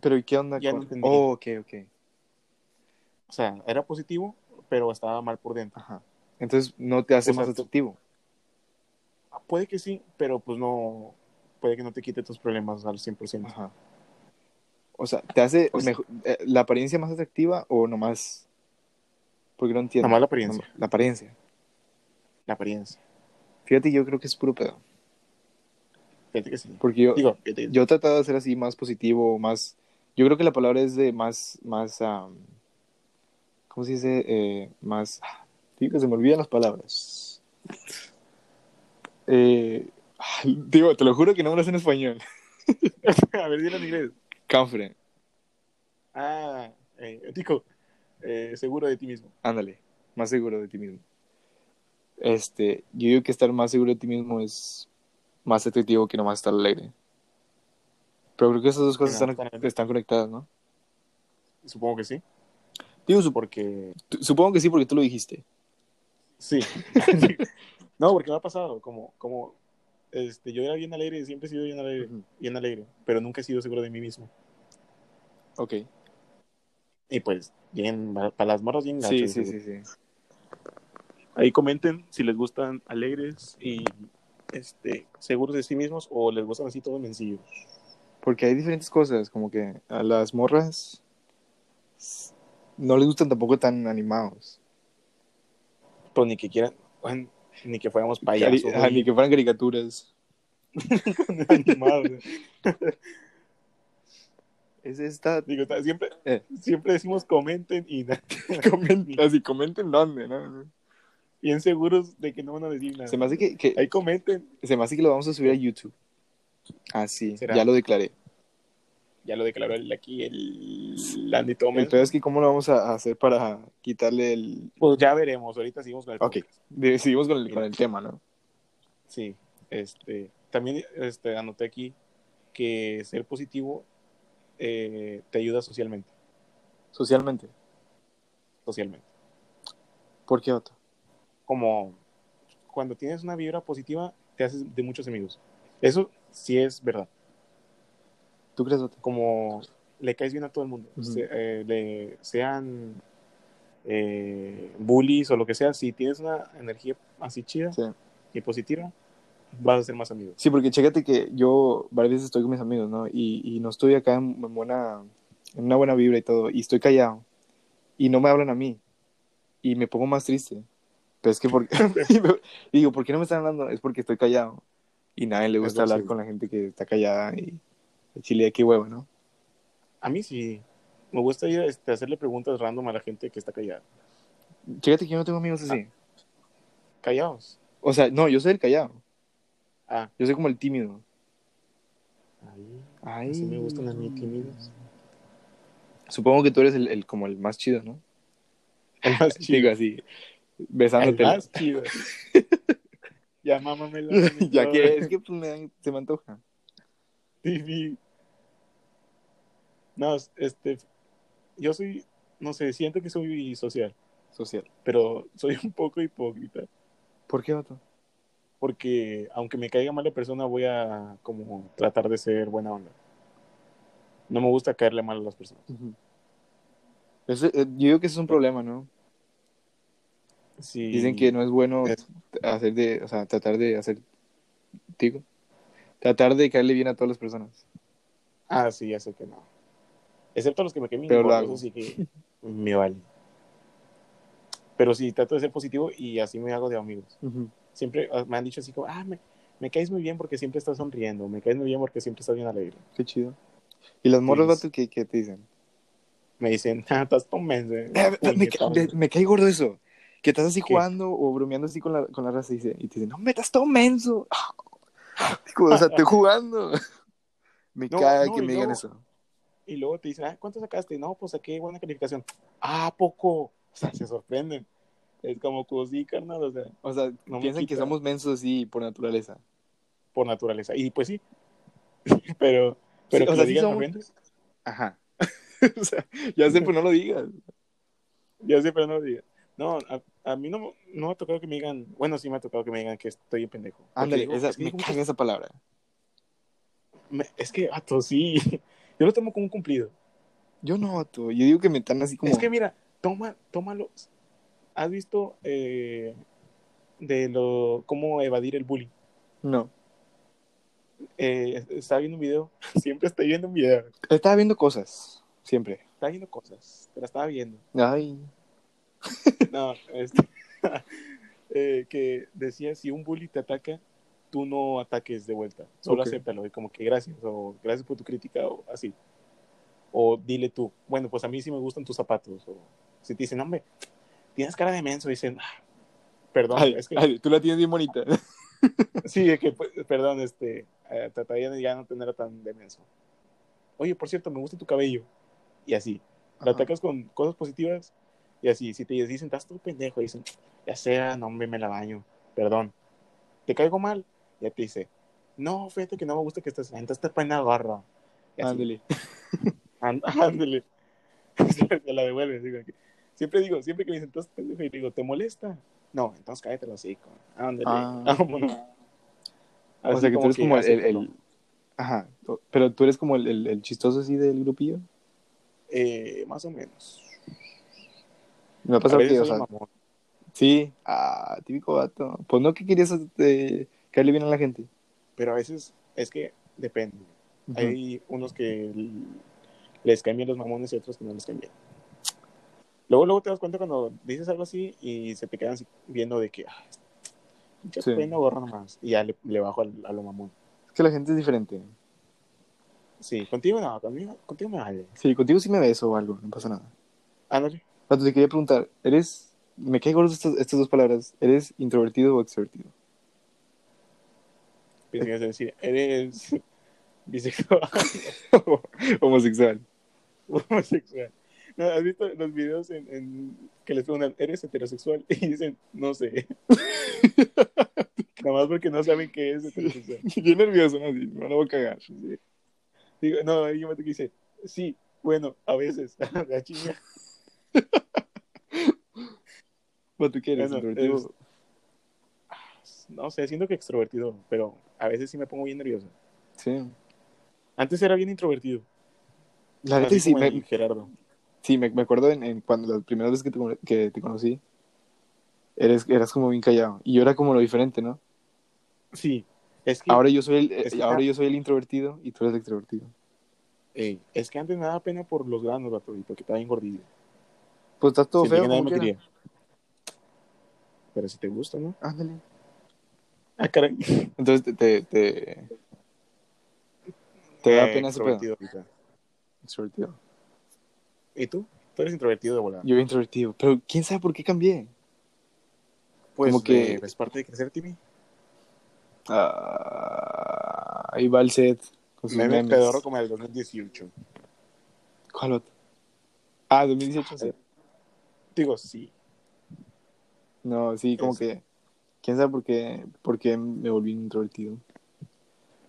B: Pero ¿y qué onda
A: Ya
B: con...?
A: no entendí.
B: oh, ok, ok.
A: o sea, era positivo, pero estaba mal por dentro.
B: Ajá. Entonces no te hace
A: O sea,
B: más
A: tú-
B: atractivo.
A: Ah, Puede que sí, pero pues no, puede que no te quite tus problemas al 100%.
B: Ajá. O sea, ¿te hace
A: O sea-
B: mejor- eh, la apariencia más atractiva o nomás? Porque no entiendo.
A: Nomás la apariencia.
B: Nom- La apariencia.
A: La apariencia.
B: Fíjate, yo creo que es puro pedo.
A: Fíjate que sí.
B: Porque yo,
A: Digo, fíjate que-
B: yo he tratado de ser así más positivo, más... Yo creo que la palabra es de más, más, am, ¿cómo se dice? Eh, más... Digo que se me olvidan las palabras. Eh, digo, te lo juro que no me lo sé en español.
A: a ver, dile en inglés.
B: Confident,
A: Ah, eh, Tico, eh, seguro de ti mismo.
B: ándale, más seguro de ti mismo. Este, yo digo que estar más seguro de ti mismo es más atractivo que nomás estar alegre. Pero creo que esas dos cosas
A: No,
B: están,
A: claramente.
B: están conectadas, ¿no?
A: Supongo que sí.
B: Digo, sup-
A: Porque.
B: supongo que sí porque tú lo dijiste.
A: Sí. no, porque me ha pasado. Como, como este, yo era bien alegre, siempre he sido bien alegre,
B: Ujú.
A: bien alegre, pero nunca he sido seguro de mí mismo.
B: Ok.
A: Y pues, bien, para las morras, bien
B: Sí,
A: gachas,
B: sí,
A: seguro.
B: sí, sí.
A: Ahí comenten si les gustan alegres y este, seguros de sí mismos o les gustan así todos mencillos.
B: Porque hay diferentes cosas, como que a las morras s- no les gustan tampoco tan animados.
A: Pues ni que quieran, bueno, ni que fuéramos
B: Cari-
A: payasos.
B: ajá, ni que fueran caricaturas.
A: güey, animados, güey.
B: Es esta...
A: Digo, está- siempre,
B: Eh.
A: siempre decimos comenten y na-
B: Comenten, así, comenten dónde, ¿no?
A: bien seguros de que no van a decir nada.
B: Se me hace que- que,
A: Ahí comenten.
B: Se me hace que lo vamos a subir a YouTube. Ah, sí,
A: ¿Será?
B: ya lo declaré.
A: Ya lo declaró el, aquí el Andy Thomas.
B: El peor es que cómo lo vamos a hacer para quitarle el...
A: pues ya veremos. Ahorita seguimos con el
B: Ok,
A: podcast.
B: de- seguimos con el, con el tema, ¿no?
A: Sí. Este, también este, anoté aquí que ser positivo eh, te ayuda socialmente.
B: Socialmente.
A: Socialmente.
B: ¿Por qué otro?
A: Como cuando tienes una vibra positiva, te haces de muchos amigos. Eso sí es verdad.
B: ¿Tú crees otro?
A: como le caes bien a todo el mundo,
B: Ujú.
A: Se- eh, le- sean eh, bullies o lo que sea, si tienes una energía así chida
B: Sí.
A: y positiva, vas a ser más amigos.
B: Sí, porque chécate que yo varias veces estoy con mis amigos, ¿no? Y, y no estoy acá en, en buena, en una buena vibra y todo, y estoy callado, y no me hablan a mí, y me pongo más triste. Pero es que, porque, digo, ¿por qué no me están hablando? Es porque estoy callado, y nadie le
A: Es
B: gusta hablar
A: posible.
B: con la gente que está callada, y de chile, qué hueva, ¿no?
A: A mí sí, me gusta ir, este, hacerle preguntas random a la gente que está callada.
B: Chécate que yo no tengo amigos así.
A: Ah. Callados.
B: O sea, no, yo soy el callado,
A: Ah,
B: yo soy como el tímido.
A: ahí,
B: Ay,
A: así me gustan a mí tímidos.
B: Supongo que tú eres el, el- como el más chido, ¿no?
A: El más chido.
B: Digo así,
A: El
B: besándote.
A: más chido. ya mámamela.
B: ya que es que pues, me dan- se me antoja.
A: TV. No, es- este, yo soy, no sé, siento que soy social,
B: Social.
A: pero soy un poco hipócrita,
B: ¿Por qué, vato?
A: porque aunque me caiga mal la persona, voy a como tratar de ser buena onda. No me gusta caerle mal a las personas.
B: Eso, eh, yo digo que eso es un problema, ¿no?
A: Sí,
B: Dicen que no es bueno
A: Es-
B: hacer de, o sea, tratar de hacer, digo, tratar de caerle bien a todas las personas.
A: Ah, sí, ya sé que no. Excepto los que me quemen,
B: Pero lo
A: gordos,
B: hago.
A: así que me vale. Pero sí, trato de ser positivo y así me hago de amigos. siempre ah, me han dicho así como, ah, me, me caes muy bien porque siempre estás sonriendo, me caes muy bien porque siempre estás bien alegre.
B: Qué chido. ¿Y las morras,
A: Pues-
B: vato, qué, qué te dicen?
A: Me dicen, ah, estás tonmense.
B: Eh, me, ca- me- me cae gordo eso. Que estás así
A: ¿Qué?
B: jugando o bromeando así con la, con la raza y, dice- y te dicen, no, me estás todo menso. Como, o sea, estoy jugando. Me
A: No,
B: cae
A: no,
B: que
A: y
B: me digan
A: luego-
B: eso.
A: Y luego te dicen, ah, ¿cuánto sacaste? No, pues saqué buena calificación. Ah, ¿a poco. O sea, se sorprenden. Es como, pues sí, carnal, o sea,
B: O sea,
A: No me
B: piensan que
A: quita.
B: somos mensos así por naturaleza.
A: por naturaleza. Y pues sí, pero, pero
B: Sí,
A: que
B: o
A: lo
B: sea, sí
A: digan
B: somos-
A: sorprendes.
B: Ajá. o sea, ya sé, pues no lo digas.
A: Yo sé, pero no lo digan. No, a, a mí no, no me ha tocado que me digan, bueno, sí me ha tocado que me digan que estoy bien pendejo. Porque
B: Ándale,
A: digo,
B: esa-
A: es que
B: me
A: digo,
B: caga esa palabra.
A: me- es que, vato, sí. Yo lo tomo como un cumplido.
B: Yo no, tú. Yo digo que me están así como.
A: Es que mira, toma, tómalo. ¿Has visto eh, de lo cómo evadir el bullying?
B: No.
A: Eh, estaba viendo un video, siempre estoy viendo un video,
B: Estaba viendo cosas, siempre.
A: estaba viendo cosas, pero estaba viendo.
B: Ay.
A: No, este, eh, que decía si un bully te ataca, tú no ataques de vuelta, solo
B: Ok.
A: acéptalo y como que gracias o gracias por tu crítica o así. O dile tú, bueno, pues a mí sí me gustan tus zapatos. O si te dicen, hombre, tienes cara de menso, dicen, "Ah, perdón,
B: Ay,
A: es que
B: ay, tú la tienes bien bonita.
A: Sí, de que, pues, perdón, este, eh, trataría de ya no tenerla tan de menso. Oye, por cierto, me gusta tu cabello. Y así. La
B: Ajá.
A: atacas con cosas positivas y así. Si te dicen, estás todo pendejo, dicen, ya sea, no, hombre, me la baño, perdón. ¿Te caigo mal? Ya te dice, no, fíjate que no me gusta que estés, entonces te pones la gorra. Y así.
B: Ándale.
A: Ánd- Ándale. Te la devuelves. digo, que- Siempre digo, siempre que me dicen, entonces pendejo, y digo, ¿te molesta? No, entonces cállate los hocico. Ándale.
B: Ah.
A: Vámonos.
B: o sea
A: Así
B: que tú eres como el, el-
A: acéptalo.
B: el- Ajá. O- Pero tú eres como el, el- el chistoso así del grupillo.
A: Eh, más o menos.
B: Me ha
A: A
B: pasado
A: veces
B: Pues que, o
A: soy
B: sea,
A: mamón.
B: sí. Ah, típico vato. Pues no que querías este, caerle bien a la gente.
A: Pero a veces es que depende. Hay unos que l- les cambian los mamones y otros que no les cambian. Luego, luego te das cuenta cuando dices algo así y se te quedan así viendo de que, ah, pinche
B: Sí.
A: pena gorra nomás. Y ya le, le bajo al- a lo mamón.
B: Es que la gente es diferente.
A: Sí, contigo no, conmigo, contigo me vale.
B: Sí, contigo sí me beso o algo, no pasa nada.
A: Ándale.
B: Pato, te quería preguntar, ¿eres... Me caen gordos estas, estas dos palabras. ¿Eres introvertido o extrovertido?
A: Pensé que ibas a decir, eres bisexual
B: Homosexual.
A: o homosexual. ¿No, ¿Has visto los videos en, en que les preguntan, ¿eres heterosexual? Y dicen, no sé. Nada más porque no saben qué es heterosexual.
B: Yo nervioso, ¿no? Sí, No lo voy a cagar.
A: Digo, no, hay un vato que dice, sí, bueno, a veces. La chinga.
B: Bueno, ¿tú qué eres?
A: Bueno,
B: ¿Introvertido?
A: es- No sé, siento que extrovertido, pero a veces sí me pongo bien nervioso.
B: Sí.
A: Antes era bien introvertido.
B: La neta
A: así
B: sí,
A: como el
B: me,
A: Gerardo.
B: sí, me, me acuerdo en, en cuando las primeras veces que te, con- que te conocí, eres, eras como bien callado. Y yo era como lo diferente, ¿no?
A: Sí, es que...
B: Ahora yo soy el, eh,
A: Es que-
B: ahora yo soy el introvertido y tú eres el extrovertido.
A: Ey, es que antes me daba pena por los granos, vato, y porque estaba bien gordillo.
B: Pues estás todo
A: Sentí
B: feo.
A: que nadie
B: como
A: me
B: quiera.
A: quería. Pero si te gusta, ¿no?
B: Ándale.
A: Ah, caray.
B: Entonces te... Te, te, te da pena ese pedo.
A: Eh, Extrovertido, ahorita.
B: Extrovertido.
A: ¿Y tú? Tú eres introvertido de volada.
B: Yo era introvertido. Pero quién sabe por qué cambié.
A: Pues
B: como que-
A: de- es parte de crecer, Timmy.
B: Ah, ahí va el set. Con sus
A: Me
B: Pues memes.
A: pedorro como en el 2018.
B: ¿Cuál otro? Ah, 2018. sí.
A: Digo, sí.
B: No, sí, como
A: Ese.
B: que. ¿Quién sabe por qué, por qué me volví un introvertido?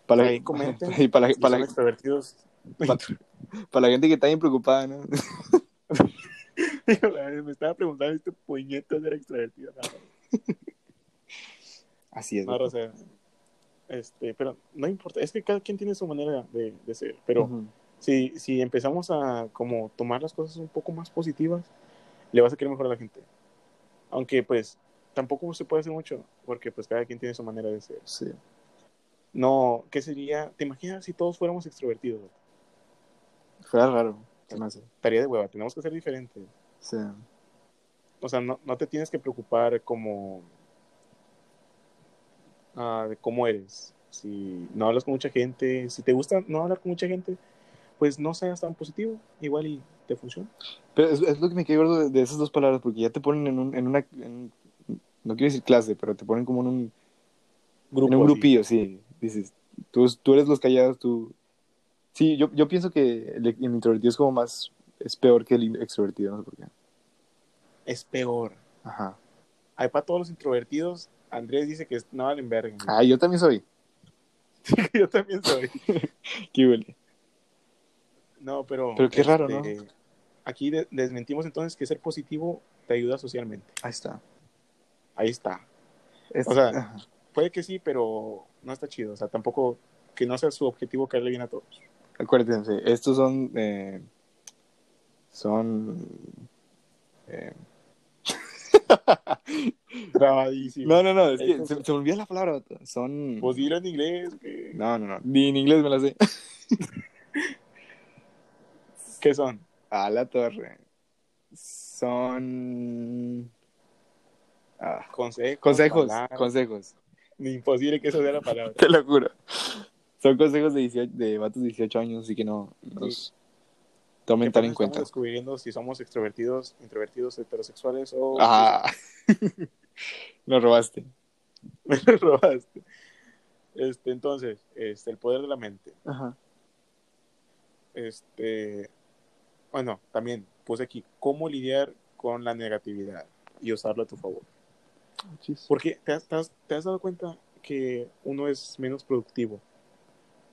B: Para
A: Ahí comenten.
B: y para, la-
A: Para
B: para
A: los
B: la-
A: extrovertidos.
B: Pa- para la gente que está bien preocupada, ¿no?
A: Digo, la verdad, me estaba preguntando si este puñetas era extrovertido. No,
B: Así es.
A: no, o sea, este, pero no importa. Es que cada quien tiene su manera de, de ser. Pero
B: Ujú.
A: si, si empezamos a como tomar las cosas un poco más positivas, le vas a querer mejor a la gente. Aunque pues tampoco se puede hacer mucho, porque pues cada quien tiene su manera de ser.
B: Sí.
A: No, ¿qué sería? ¿Te imaginas si todos fuéramos extrovertidos?
B: Fuera raro. se me hace.
A: Tarea de hueva, tenemos que ser diferentes.
B: Sí.
A: O sea, no, no te tienes que preocupar como ah, de cómo eres. Si no hablas con mucha gente, si te gusta no hablar con mucha gente, pues no seas tan positivo, igual y te funciona.
B: Pero es, es lo que me quedé gordo de, de esas dos palabras, porque ya te ponen en, un- en una. en- no quiero decir clase, pero te ponen como en un, en un
A: así.
B: grupillo, sí. Dices, tú, tú eres los callados, tú... Sí, yo, yo pienso que el, el introvertido es como más... Es peor que el in- extrovertido, no sé por qué.
A: Es peor.
B: Ajá.
A: Hay para todos los introvertidos. Andrés dice que es no valen verga.
B: Ah, yo también soy.
A: Yo también soy.
B: Qué huele.
A: No, pero. este,
B: Pero qué raro, ¿no?
A: Aquí de- desmentimos entonces que ser positivo te ayuda socialmente.
B: Ahí está.
A: Ahí está.
B: Es-
A: O sea,
B: ajá.
A: Puede que sí, pero no está chido. O sea, tampoco que no sea su objetivo caerle bien a todos.
B: acuérdense, estos son... eh, son... eh,
A: Trabadísimo.
B: no, no, no, es que se, se me olvida la palabra. vato. Son...
A: Pues dilo en inglés, que-
B: No, no, no. Ni en inglés me la sé.
A: ¿Qué son?
B: A la torre. Son... Ah,
A: Consejos.
B: consejos,
A: palabras.
B: ah, consejos.
A: Imposible que eso sea la palabra.
B: Te lo juro. Son consejos de, 18, de vatos de 18 años, así que no los tomen
A: Que
B: tan
A: apenas
B: en
A: estamos
B: cuenta.
A: descubriendo si somos extrovertidos, introvertidos, heterosexuales o...
B: Ah, lo robaste.
A: Me lo robaste. Este, entonces, este, el poder de la mente.
B: Ajá.
A: Este, bueno, también puse aquí, cómo lidiar con la negatividad y usarlo a tu favor. Porque te has, te has- te has dado cuenta que uno es menos productivo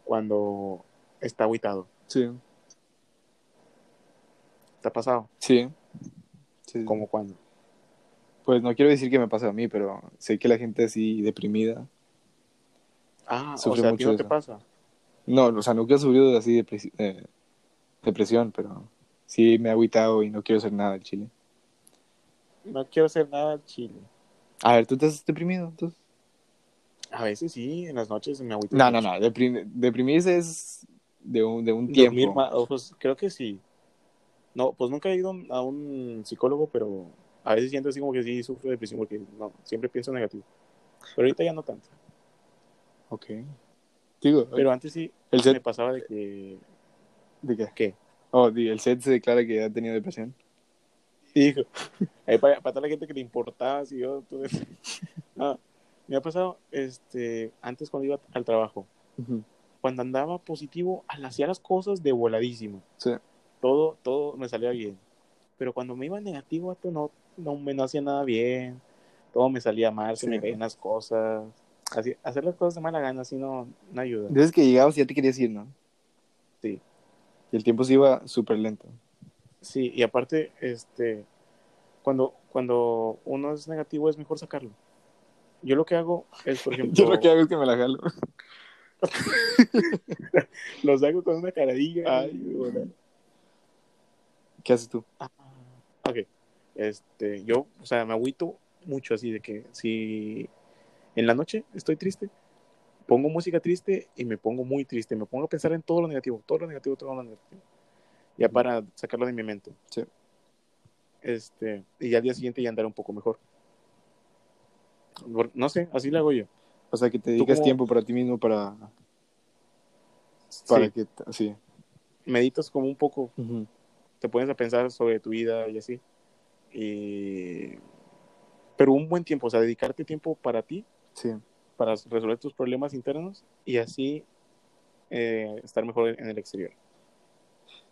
A: cuando está aguitado.
B: Sí,
A: ¿Te ha pasado?
B: sí. Sí.
A: Como cuando.
B: Pues no quiero decir que me pasa a mí, pero sé que la gente así deprimida.
A: Ah,
B: Sufre
A: o sea, a ti
B: mucho
A: no
B: eso.
A: te pasa.
B: No, o sea, nunca he sufrido de así depresi- eh, depresión, pero sí me he agüitado y no quiero hacer nada en Chile.
A: No quiero hacer nada al chile.
B: A ver, ¿tú estás deprimido? ¿Tú?
A: A veces sí, en las noches me agüito.
B: No, no,
A: mucho.
B: no. deprim- deprimirse es de un, de un tiempo.
A: Dormir ma- oh, pues, creo que sí. No, pues nunca he ido a un psicólogo, pero a veces siento así como que sí sufro de depresión porque no, siempre pienso negativo. Pero ahorita ya no tanto.
B: Ok. Digo,
A: Pero antes sí
B: el
A: me
B: set,
A: pasaba de que
B: ¿de qué?
A: ¿Qué?
B: Oh, di, el set se declara que ha tenido depresión.
A: dijo, ahí para, para toda la gente que le importaba, si yo todo eso. Ah, me ha pasado este antes cuando iba al trabajo, cuando andaba positivo, al- hacía las cosas de voladísimo.
B: Sí.
A: Todo, todo me salía bien. Pero cuando me iba negativo, vato, no, no, me, no hacía nada bien. Todo me salía mal, se
B: Sí.
A: me caían las cosas. Así, hacer las cosas de mala gana, así no, no ayuda.
B: Desde que llegabas ya te querías ir, ¿no?
A: Sí.
B: Y el tiempo se iba súper lento.
A: Sí, y aparte, este, cuando, cuando uno es negativo, es mejor sacarlo. Yo lo que hago es, por ejemplo,
B: Yo lo que hago es que me la jalo.
A: los hago con una caradilla.
B: Ay,
A: y hola.
B: ¿Qué haces tú?
A: Ok. Este, yo, o sea, me agüito mucho así de que si en la noche estoy triste, pongo música triste y me pongo muy triste, me pongo a pensar en todo lo negativo, todo lo negativo, todo lo negativo. Ya para sacarlo de mi mente.
B: Sí.
A: Este, y al día siguiente ya andaré un poco mejor. Por- No sé, así lo hago yo.
B: O sea, que te dedicas
A: cómo-
B: tiempo para ti mismo para, para
A: Sí,
B: que... t- Sí.
A: meditas como un poco, te pones a pensar sobre tu vida y así. Y... Pero un buen tiempo, o sea, dedicarte tiempo para ti
B: Sí.
A: para resolver tus problemas internos y así eh, estar mejor en el exterior.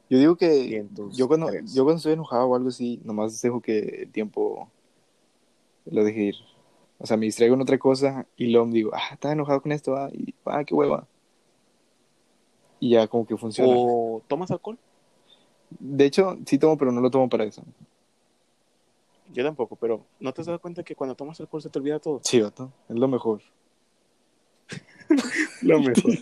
B: Yo digo que...
A: y pues, en tus
B: Yo cuando,
A: tareas.
B: yo cuando estoy enojado o algo así, nomás dejo que el tiempo lo deje ir. O sea, me distraigo en otra cosa y luego me digo, ah, estás enojado con esto, ah, y, ah qué hueva. Y ya como que funciona.
A: ¿O tomas alcohol?
B: De hecho, sí tomo, pero no lo tomo para eso.
A: Yo tampoco, pero ¿no te has dado cuenta que cuando tomas alcohol se te olvida todo?
B: Sí, vato, es lo mejor.
A: Lo mejor.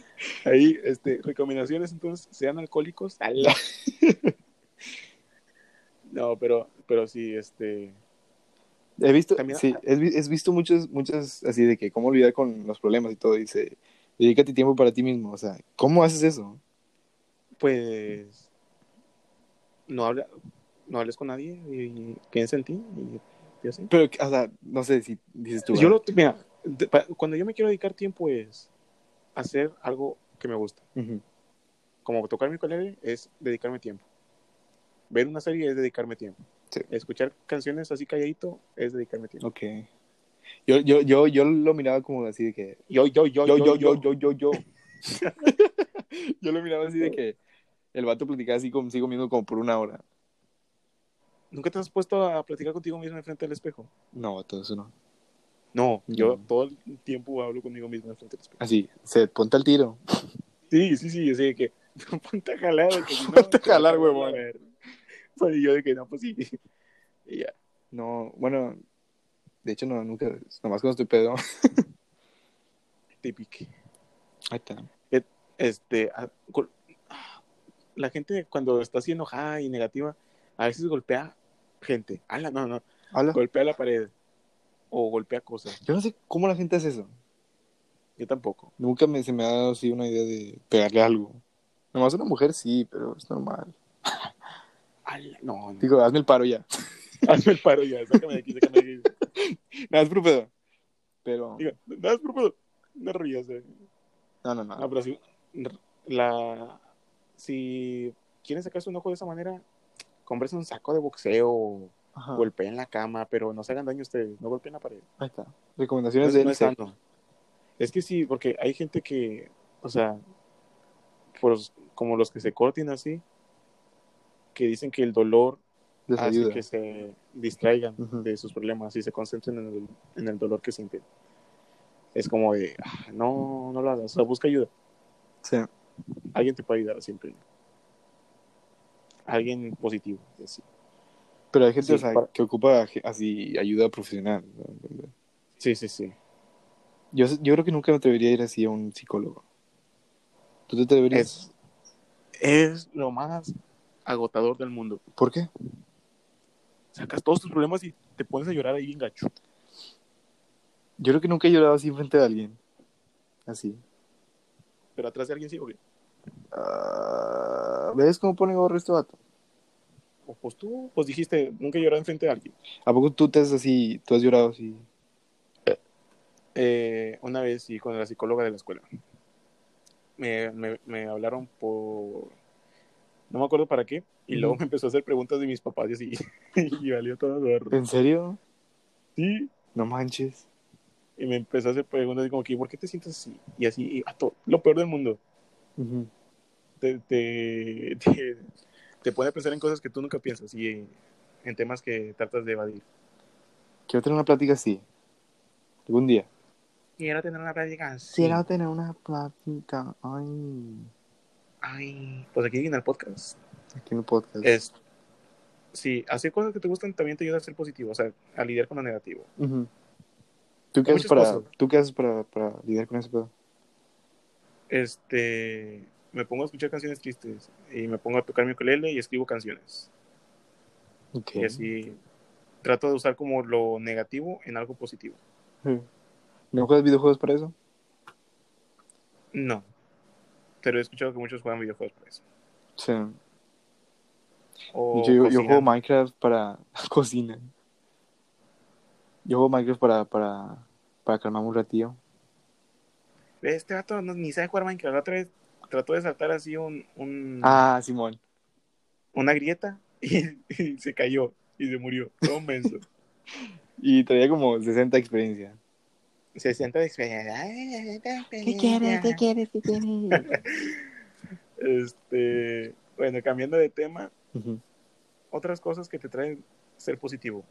A: Ahí, este, recomendaciones entonces, sean alcohólicos. Ala. No, pero, pero sí, este,
B: He visto,
A: También-
B: sí, he, vi- he visto muchas, muchas así de que cómo olvidar con los problemas y todo. Dice, dedícate tiempo para ti mismo. O sea, ¿cómo haces eso?
A: pues, no habla, no hables con nadie y piensa en ti y, y así.
B: Pero, o sea, no sé si dices tú.
A: Yo
B: ah,
A: lo, mira, de- pa- cuando yo me quiero dedicar tiempo es hacer algo que me gusta.
B: ujú,
A: Como tocar mi ukulele es dedicarme tiempo. Ver una serie es dedicarme tiempo.
B: Sí.
A: Escuchar canciones así calladito es dedicarme tiempo.
B: Ok. Yo, yo, yo, yo lo miraba como así de que
A: Yo, yo, yo,
B: yo, yo, yo, yo, yo, yo. yo lo miraba así de que el vato platicaba así consigo mismo como por una hora.
A: ¿Nunca te has puesto a platicar contigo mismo enfrente del espejo?
B: No, todo eso no.
A: No, yo
B: No.
A: todo el tiempo hablo conmigo mismo enfrente del espejo.
B: Así, se ponte al tiro.
A: Sí, sí, sí, yo sé de que ponte a jalar. porque si no,
B: Ponte a
A: te va
B: jalar,
A: cargar la
B: huevón.
A: verga. Pues, y yo de que no, pues sí. Y ya.
B: No, bueno, de hecho no, nunca, nomás cuando estoy pedo.
A: Típico.
B: Ahí está.
A: este a- gol- la gente cuando está así enojada y negativa a veces golpea gente ala no no
B: Habla.
A: golpea la pared o golpea cosas
B: Yo no sé cómo la gente hace eso.
A: yo tampoco
B: Nunca me, se me ha dado así una idea de pegarle algo. Nomás a una mujer sí, pero es normal.
A: ala no, no.
B: Digo, hazme el paro ya.
A: hazme el paro ya sácame de aquí sácame de aquí
B: Nada, es por pedo. Pero,
A: Digo, no, es por favor. No rías, güey.
B: No, no, no.
A: No, pero si, la, si quieren sacarse un ojo de esa manera, cómprense un saco de boxeo, o
B: Ajá.
A: golpeen la cama, pero no se hagan daño ustedes, no golpeen la pared.
B: Ahí está.
A: No
B: Recomendaciones
A: es,
B: de
A: no es
B: NSF.
A: sano. Es que sí, porque hay gente que, o sea, pues, como los que se corten así, que dicen que el dolor
B: Les
A: hace
B: ayuda.
A: que se distraigan
B: Ujú.
A: de sus problemas y se concentren en el, en el dolor que sienten. Es como de, "Ah, no, no lo hagas, o sea, busca ayuda.
B: Sí.
A: Alguien te puede ayudar siempre. Alguien positivo. y así.
B: Pero hay gente
A: Sí,
B: o sea,
A: para-
B: que ocupa je- así ayuda profesional. ¿no?
A: Sí, sí, sí.
B: Yo, yo creo que nunca me atrevería a ir así a un psicólogo. ¿Tú te atreverías?
A: Es, es lo más agotador del mundo.
B: ¿Por qué?
A: Sacas todos tus problemas y te pones a llorar ahí en gacho.
B: Yo creo que nunca he llorado así frente a alguien. Así.
A: Pero atrás de alguien sí, porque
B: Ah, ¿Ves cómo pone gorro este vato?
A: pues tú, pues dijiste, nunca llorar enfrente de alguien.
B: ¿A poco tú te has así, tú has llorado así?
A: Eh, una vez sí, con la psicóloga de la escuela. Me, me- me hablaron por... No me acuerdo para qué. Y luego
B: Ujú.
A: me empezó a hacer preguntas de mis papás y así. y valió todo gordo.
B: ¿En serio?
A: Sí,
B: No manches.
A: Y me empezó a hacer preguntas como que, ¿por qué te sientes así? Y así, y, vato, lo peor del mundo.
B: Ujú.
A: Te, te, te, te pone a pensar en cosas que tú nunca piensas y en, en temas que tratas de evadir.
B: Quiero tener una plática así. Algún día.
A: Quiero tener una plática así.
B: Quiero tener una plática. Ay.
A: Ay, pues aquí en el podcast.
B: Aquí en el podcast.
A: Es, sí, hacer cosas que te gustan también te ayuda a ser positivo, o sea, a lidiar con lo negativo.
B: Ujú. ¿Tú qué haces,
A: Muchas
B: para,
A: cosas.
B: ¿Tú qué haces para, para lidiar con ese pedo?
A: Este, me pongo a escuchar canciones tristes y me pongo a tocar mi ukulele y escribo canciones.
B: Ok.
A: Y así trato de usar como lo negativo en algo positivo.
B: Sí. ¿No juegas videojuegos para eso?
A: No. Pero he escuchado que muchos juegan videojuegos pues. por eso.
B: Sí.
A: O
B: yo, yo
A: cocinan.
B: juego Minecraft para cocina. Yo juego Minecraft para, para, para calmarme un ratillo.
A: Este vato no- ni sabe jugar Minecraft. La otra vez trató de saltar así un, un-
B: Ah, Simón.
A: una grieta y, y se cayó y se murió. Todo menso.
B: Y traía como 60 experiencia.
A: 60 de experiencia.
E: ¿Qué quieres? ¿Qué quieres? ¿Qué quieres?
A: Este, bueno, cambiando de tema,
B: Ujú.
A: otras cosas que te traen ser positivo.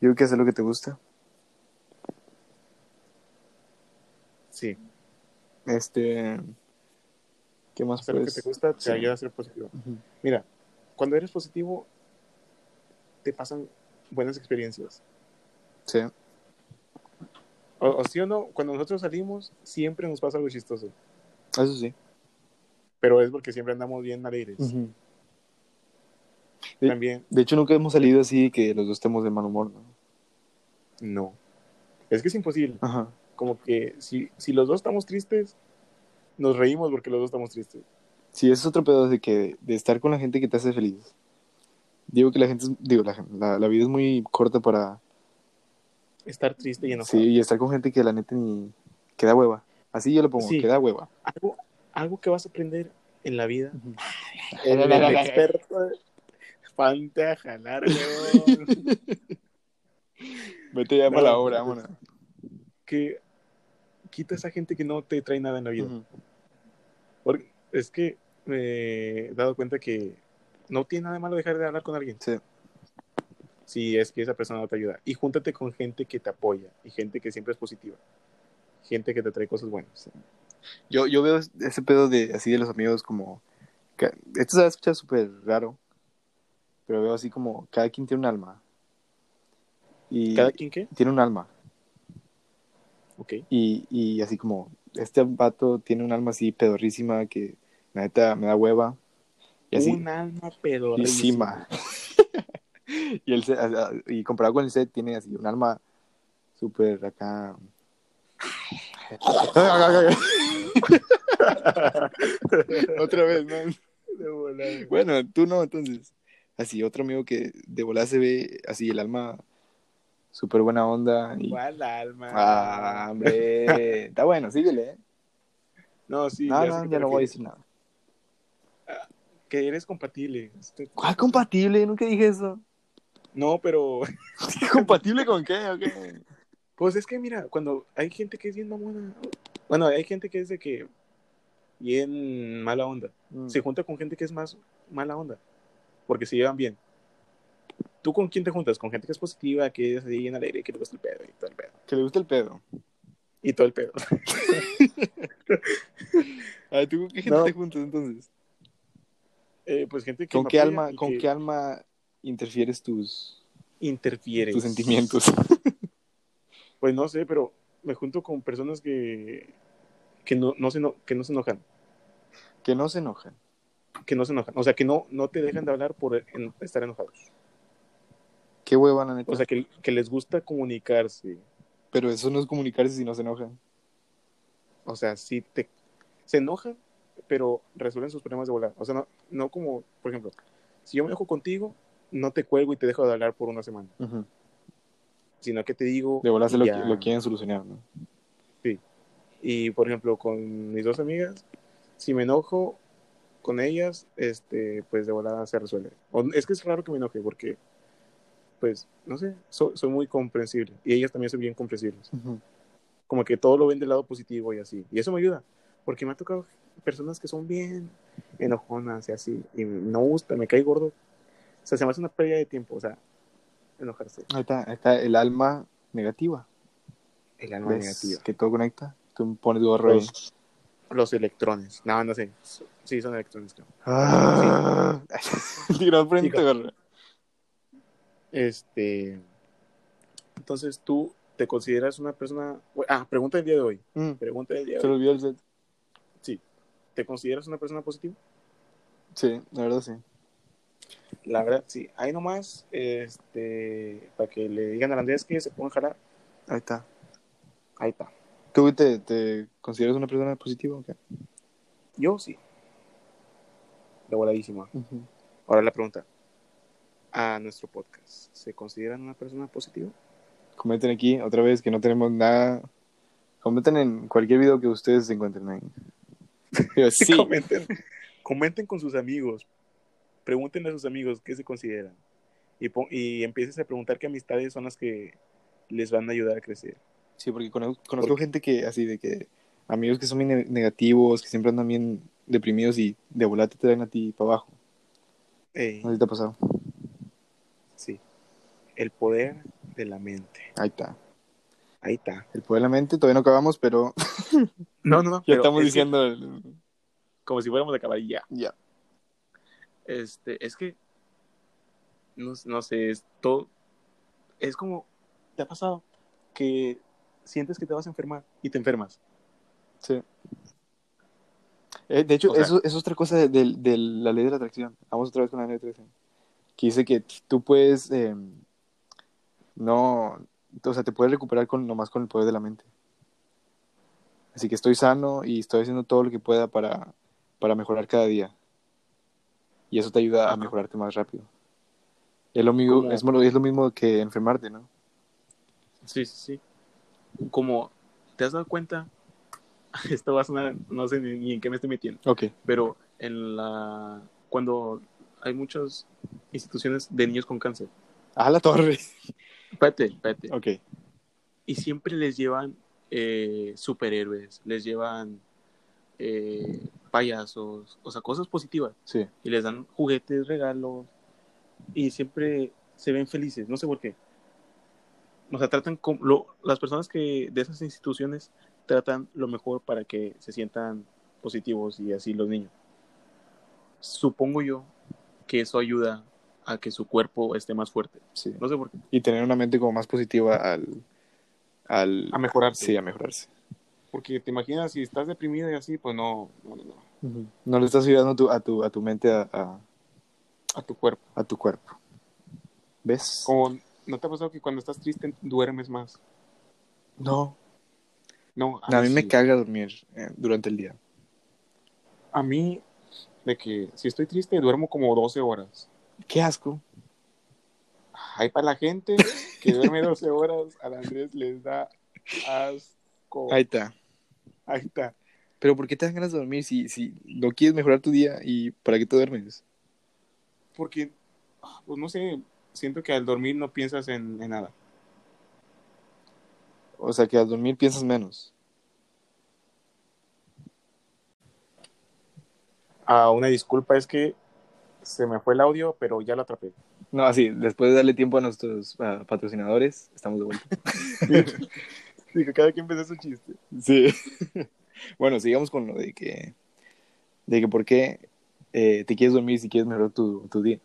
B: Yo creo que hacer lo que te gusta.
A: Sí,
B: Este. ¿Qué más
A: hacer lo que te gusta te ayuda a ser positivo.
B: Ujú.
A: Mira, cuando eres positivo, te pasan buenas experiencias.
B: Sí.
A: O, o sí o no, cuando nosotros salimos, siempre nos pasa algo chistoso.
B: Eso sí.
A: Pero es porque siempre andamos bien alegres.
B: Ujú. Sí.
A: También,
B: De hecho, nunca hemos salido así que los dos estemos de mal humor, ¿no?
A: no. Es que es imposible.
B: Ajá.
A: Como que si, si los dos estamos tristes, nos reímos porque los dos estamos tristes.
B: Sí, eso es otro pedo de que de estar con la gente que te hace feliz. Digo que la gente, es- digo, la, la, la vida es muy corta para
A: Estar triste y enojado.
B: sí, y estar con gente que la neta ni que da hueva. Así yo lo pongo,
A: Sí.
B: que da hueva.
A: Algo, algo que vas a aprender en la vida.
B: Ujú.
A: El,
B: Eh,
A: experto. Pante a jalar, huevón.
B: Vete ya para
A: No,
B: la obra, vámonos.
A: que quita esa gente que no te trae nada en la vida.
B: Ujú.
A: Porque es que me he dado cuenta que no tiene nada de malo dejar de hablar con alguien.
B: Sí.
A: Si es que esa persona no te ayuda. Y júntate con gente que te apoya y gente que siempre es positiva. Gente que te trae cosas buenas.
B: Yo, yo veo ese pedo de así de los amigos como ca- esto se va a escuchar súper raro, pero veo así como cada quien tiene un alma. Y
A: ¿Cada quien qué?
B: tiene un alma.
A: Ok.
B: Y, y así como, este vato tiene un alma así pedorrísima que la neta me da hueva. Y así,
A: Un alma pedorra.
B: y cima. y, el, Zed- ah, ah, y comparado con el set, tiene así un alma súper acá. Otra vez, man. Bueno, tú no, entonces. Así, otro amigo que de volada se ve así el alma súper buena onda. Y...
A: ¿Cuál alma?
B: Ah, hombre. Está bueno, síguele. ¿eh?
A: No, sí.
B: No,
A: ya sé
B: no,
A: que
B: ya
A: te
B: no voy a
A: refieres.
B: decir nada.
A: Que eres compatible. Este,
B: ¿Cuál compatible? Nunca dije eso.
A: No, pero.
B: ¿Compatible con qué? ¿O qué?
A: Pues es que mira, cuando hay gente que es bien mamona. Bueno, hay gente que es de que. Bien mala onda.
B: Mm.
A: Se junta con gente que es más mala onda. Porque se llevan bien. ¿Tú con quién te juntas? Con gente que es positiva, que es así bien alegre, que le gusta el pedo y todo el pedo.
B: Que le gusta el pedo.
A: Y todo el pedo.
B: A ver, ¿tú con qué gente
A: No.
B: te juntas entonces?
A: Eh, pues gente que
B: ¿Con
A: me
B: qué
A: apoya
B: alma,
A: y
B: con
A: que
B: qué alma interfieres tus,
A: interfieres?
B: tus sentimientos?
A: Pues no sé, pero me junto con personas que, que, no, no se, eno- que no se enojan.
B: que no se enojan.
A: Que no se enojan. O sea, que no, no te dejan de hablar por e, en- estar enojados.
B: Qué hueva, la neta.
A: O sea, que, que les gusta comunicarse.
B: Pero eso no es comunicarse si no se enojan.
A: O sea, sí te, se enojan, pero resuelven sus problemas de volar. O sea, no, no como, por ejemplo, si yo me enojo contigo, no te cuelgo y te dejo de hablar por una semana. Sino que te digo.
B: De volarse
A: y
B: lo,
A: ya.
B: lo quieren solucionar, ¿no?
A: Y por ejemplo, con mis dos amigas, si me enojo con ellas, este, pues de volada se resuelve. O- es que es raro que me enoje porque, pues, no sé, so- soy muy comprensible y ellas también son bien comprensibles. Como que todo lo ven del lado positivo y así. Y eso me ayuda porque me ha tocado personas que son bien enojonas y así. Y no me gusta, me cae gordo. O sea, se me hace una pérdida de tiempo, o sea, enojarse.
B: Ahí está, ahí está el alma negativa. Pues,
A: El alma
B: ¿Ves?
A: negativa.
B: Que todo conecta. Tú pones tu barro ahí.
A: Los, los electrones. No, no sé. Sí, son electrones, creo.
B: Ah. Tirado frente,
A: Digo.
B: barra.
A: Este. Entonces, tú te consideras una persona. Ah, pregunta del día de hoy.
B: Mm,
A: Pregunta del día
B: Se
A: de
B: le
A: hoy.
B: olvidó el set.
A: ¿Te consideras una persona positiva?
B: Sí, la verdad sí.
A: La verdad, sí. Ahí nomás, este. Para que le digan al Andrés que se ponga a jalar.
B: Ahí está.
A: Ahí está.
B: ¿Tú te, te consideras una persona positiva o qué?
A: Yo sí. De voladísima. Ahora la pregunta. A nuestro podcast. ¿Se consideran una persona positiva?
B: Comenten aquí otra vez que no tenemos nada. Comenten en cualquier video que ustedes encuentren ahí. Digo, sí,
A: Comenten. Comenten con sus amigos. Pregúntenle a sus amigos qué se consideran. Y, pon- y empieces a preguntar qué amistades son las que les van a ayudar a crecer.
B: sí, porque conozco, conozco gente que así de que amigos que son bien ne- negativos, que siempre andan bien deprimidos y de volate te dan a ti para abajo.
A: Ey,
B: No sé si te ha pasado.
A: sí. El poder de la mente.
B: Ahí está.
A: Ahí está.
B: El poder de la mente todavía no acabamos, pero ya
A: No, no, no.
B: estamos diciendo el-
A: como si fuéramos a acabar y ya.
B: ya.
A: Este, es que. No, no sé, es todo. Es como. ¿Te ha pasado? Que sientes que te vas a enfermar y te enfermas.
B: Sí. Eh, de hecho,
A: O sea-
B: eso, eso es otra cosa de, de- de la ley de la atracción. Vamos otra vez con la ley de la atracción. Que dice que t- tú puedes, eh, no, o sea, te puedes recuperar con, nomás con el poder de la mente. Así que estoy sano y estoy haciendo todo lo que pueda para, para mejorar cada día. Y eso te ayuda a
A: Ajá.
B: mejorarte más rápido. Es lo, mismo,
A: Como-
B: es, mo- es lo mismo que enfermarte, ¿no?
A: Sí, sí, sí. Como te has dado cuenta, esto va a sonar, no sé ni, ni en qué me estoy metiendo,
B: Ok.
A: pero en la cuando hay muchas instituciones de niños con cáncer,
B: A la torre.
A: espérate, espérate,
B: Ok.
A: y siempre les llevan eh, superhéroes, les llevan eh, payasos, o sea, cosas positivas,
B: Sí.
A: y les dan juguetes, regalos, y siempre se ven felices, no sé por qué. O sea, tratan con lo, las personas que de esas instituciones tratan lo mejor para que se sientan positivos y así los niños. Supongo yo que eso ayuda a que su cuerpo esté más fuerte.
B: Sí.
A: No sé por qué.
B: y tener una mente como más positiva al, al
A: A mejorarse.
B: sí a mejorarse
A: Porque te imaginas, si estás deprimido y así, pues no, no, no, no,
B: no le estás ayudando tu- a tu a tu mente a, a,
A: a tu cuerpo.
B: a tu cuerpo ves
A: Como, ¿no te ha pasado que cuando estás triste duermes más?
B: no
A: No, ah,
B: a mí me
A: sí.
B: caga dormir eh, durante el día
A: A mí, de que si estoy triste, duermo como 12 horas.
B: qué asco
A: Hay para la gente
F: que duerme 12 horas, al Andrés les da asco.
B: Ahí está.
F: Ahí está.
B: Pero ¿por qué te dan ganas de dormir si, si no quieres mejorar tu día y para qué te duermes?
F: Porque, pues no sé, siento que al dormir no piensas en, en nada.
B: O sea, que al dormir piensas menos.
A: Ah, una disculpa, es que se me fue el audio, pero ya lo atrapé.
B: No, así, después de darle tiempo a nuestros ah, patrocinadores, estamos de vuelta.
F: Dijo, cada quien empezó su chiste.
B: Sí. bueno, sigamos con lo de que, de que por qué eh, te quieres dormir si quieres mejorar tu, tu día.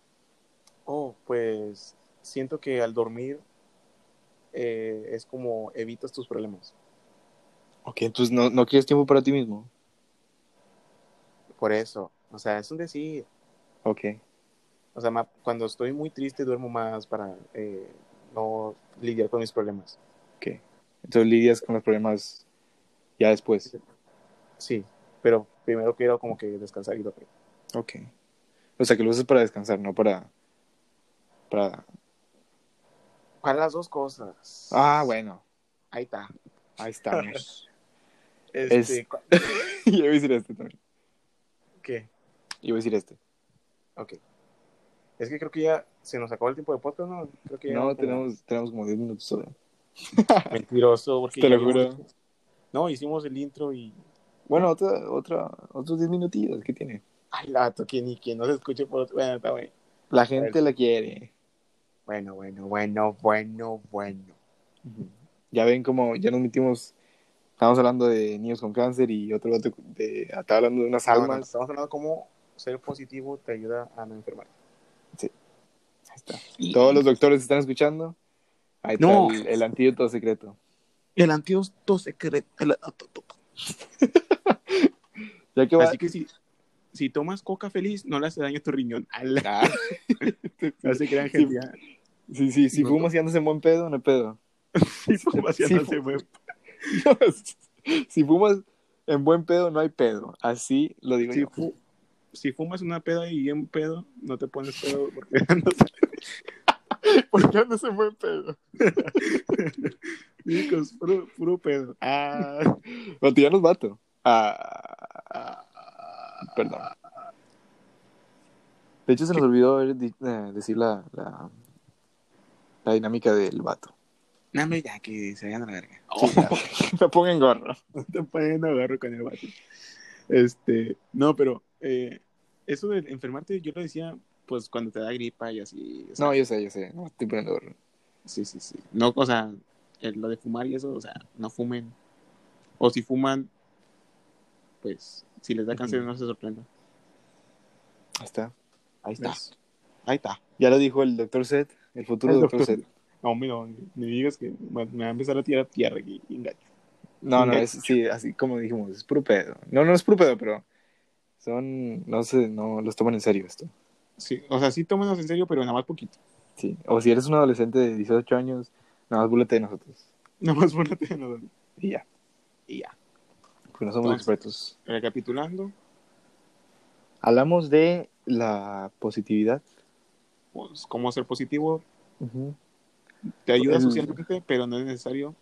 A: Oh, pues siento que al dormir eh, es como evitas tus problemas.
B: Ok, entonces no, no quieres tiempo para ti mismo.
A: Por eso, o sea, es un decir.
B: Ok.
A: O sea, ma- cuando estoy muy triste duermo más para eh, no lidiar con mis problemas.
B: Ok. Entonces lidias con los problemas ya después.
A: Sí, pero primero quiero como que descansar y dormir.
B: Ok. O sea, que lo usas para descansar, no para... para...
A: Para las dos cosas.
B: Ah, bueno.
A: Ahí está.
B: Ahí estamos.
A: Este,
B: Es-
A: cu-
B: Yo iba a decir este también.
A: ¿Qué?
B: Yo iba a decir este.
A: Ok. Es que creo que ya se nos acabó el tiempo de podcast, ¿no? Creo que ya
B: No,
A: como-
B: tenemos, tenemos como 10 minutos solo.
A: Mentiroso. Porque
B: Te lo
A: ya llevamos-
B: juro.
A: No, hicimos el intro y...
B: Bueno, otra, otra, otros 10 minutillos. ¿Qué tiene?
A: Ay, lato, que ni que no se escuche por otro... Bueno, está bueno.
B: La gente la quiere.
A: Bueno, bueno, bueno, bueno, bueno.
B: Ya ven como ya nos metimos. Estábamos hablando de niños con cáncer y otro otro de, estaba hablando de unas
A: No, no,
B: almas.
A: estamos hablando cómo ser positivo te ayuda a no enfermar.
B: Ahí está. Todos los doctores están escuchando. Ahí está
F: No.
B: el, el antídoto secreto.
F: El antídoto secreto. el-
B: Ya que va-
F: Así que si, si tomas coca feliz, no le hace daño a tu riñón. Ala,
B: Ah,
F: No se crean,
B: Sí.
F: gente. ya.
B: sí, sí, si
F: No.
B: fumas y andas en buen pedo, no hay pedo.
F: Sí, fumas, ya
B: Sí,
F: no
B: fu-
F: se mueve.
B: si fumas en buen pedo, no hay pedo. Así lo digo
F: Si,
B: yo.
F: fu- si fumas una peda y en pedo, no te pones pedo porque andas.
B: ¿Por qué andas en buen pedo?
F: Chicos, puro, puro pedo.
B: Ah, no, tú ya nos mato. Ah, perdón. De hecho, se nos olvidó haber di- eh, decir la, la, la dinámica del vato.
F: No, hombre, ya que se vayan a la verga.
B: Me pongo en gorro.
F: No te ponen agarro con el vato. Este, no, pero eh, eso de enfermarte, yo lo decía, pues cuando te da gripa y así. o sea,
B: No, yo sé, yo sé. No, estoy poniendo gorro.
F: Sí, sí, sí. No, o sea, el- lo de fumar y eso, o sea, no fumen. O si fuman, pues, si les da cáncer, no se sorprenda.
B: Ahí está.
F: Ahí está.
B: está.
F: Ahí está.
B: Ya lo dijo el doctor Seth, el futuro
F: El
B: doctor
F: doctor.
B: Seth.
F: No, hombre, no, me digas que me me va a empezar a tirar tierra aquí, engaño.
B: No, no,
F: Ok.
B: es, sí, así como dijimos, es puro pedo. No, no es puro pedo, pero son, no sé, no los toman en serio esto.
F: Sí, o sea, sí tómenos en serio, pero nada más poquito.
B: Sí. O si eres un adolescente de 18 años, nada más búlate de nosotros.
F: Nada más ponete en los...
B: Y ya.
F: Y ya.
B: Porque no somos
F: Entonces-
B: expertos.
F: Recapitulando,
B: Hablamos de la positividad.
F: pues, cómo ser positivo, te ayuda
B: El-
F: socialmente, pero no es necesario.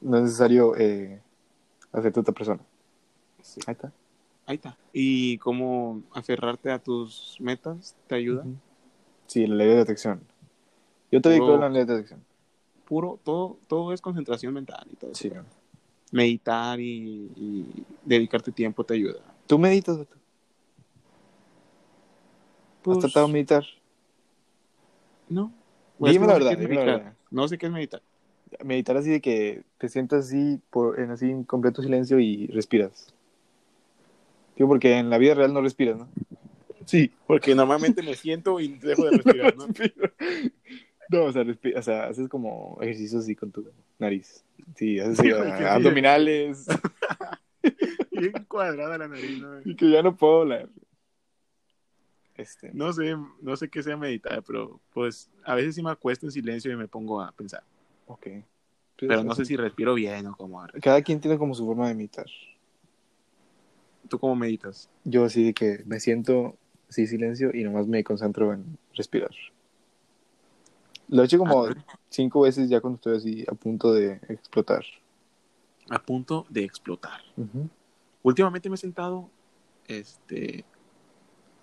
B: No es necesario eh, hacerte otra persona.
F: Sí.
B: Ahí está.
F: Ahí está. Y cómo aferrarte a tus metas te ayuda.
B: Ujú. Sí, la ley de atracción. Yo te digo
F: Wow.
B: la ley de atracción.
F: Puro, todo, todo es concentración mental y todo eso.
B: Sí, ¿no?
F: meditar y, y dedicarte tiempo te ayuda.
B: Tú meditas, vato?
F: Pues,
B: ¿Has tratado de meditar?
F: No.
B: Dime
F: es
B: la
F: que
B: verdad,
F: no sé qué es
B: dime la
F: meditar.
B: verdad.
F: No sé qué es meditar.
B: Meditar así de que te sientas así por, en así en completo silencio y respiras. Digo, porque en la vida real no respiras, ¿no?
F: Sí, porque normalmente me siento y dejo de respirar, ¿no?
B: No, o sea, respi- o sea, haces como ejercicios así con tu nariz. Sí, haces así,
F: Ay, qué
B: ah, abdominales.
F: Bien cuadrada la nariz, ¿no?
B: y que ya no puedo hablar. Este,
F: No sé, no sé qué sea meditar, pero pues a veces sí me acuesto en silencio y me pongo a pensar.
B: ok.
F: Pero no sé si respiro bien o cómo.
B: Cada quien tiene como su forma de imitar.
F: ¿Tú cómo meditas?
B: Yo así de que me siento sin silencio y nomás me concentro en respirar. Lo he hecho como
F: Ah,
B: cinco veces ya cuando estoy así a punto de explotar.
F: a punto de explotar. Últimamente me he sentado este,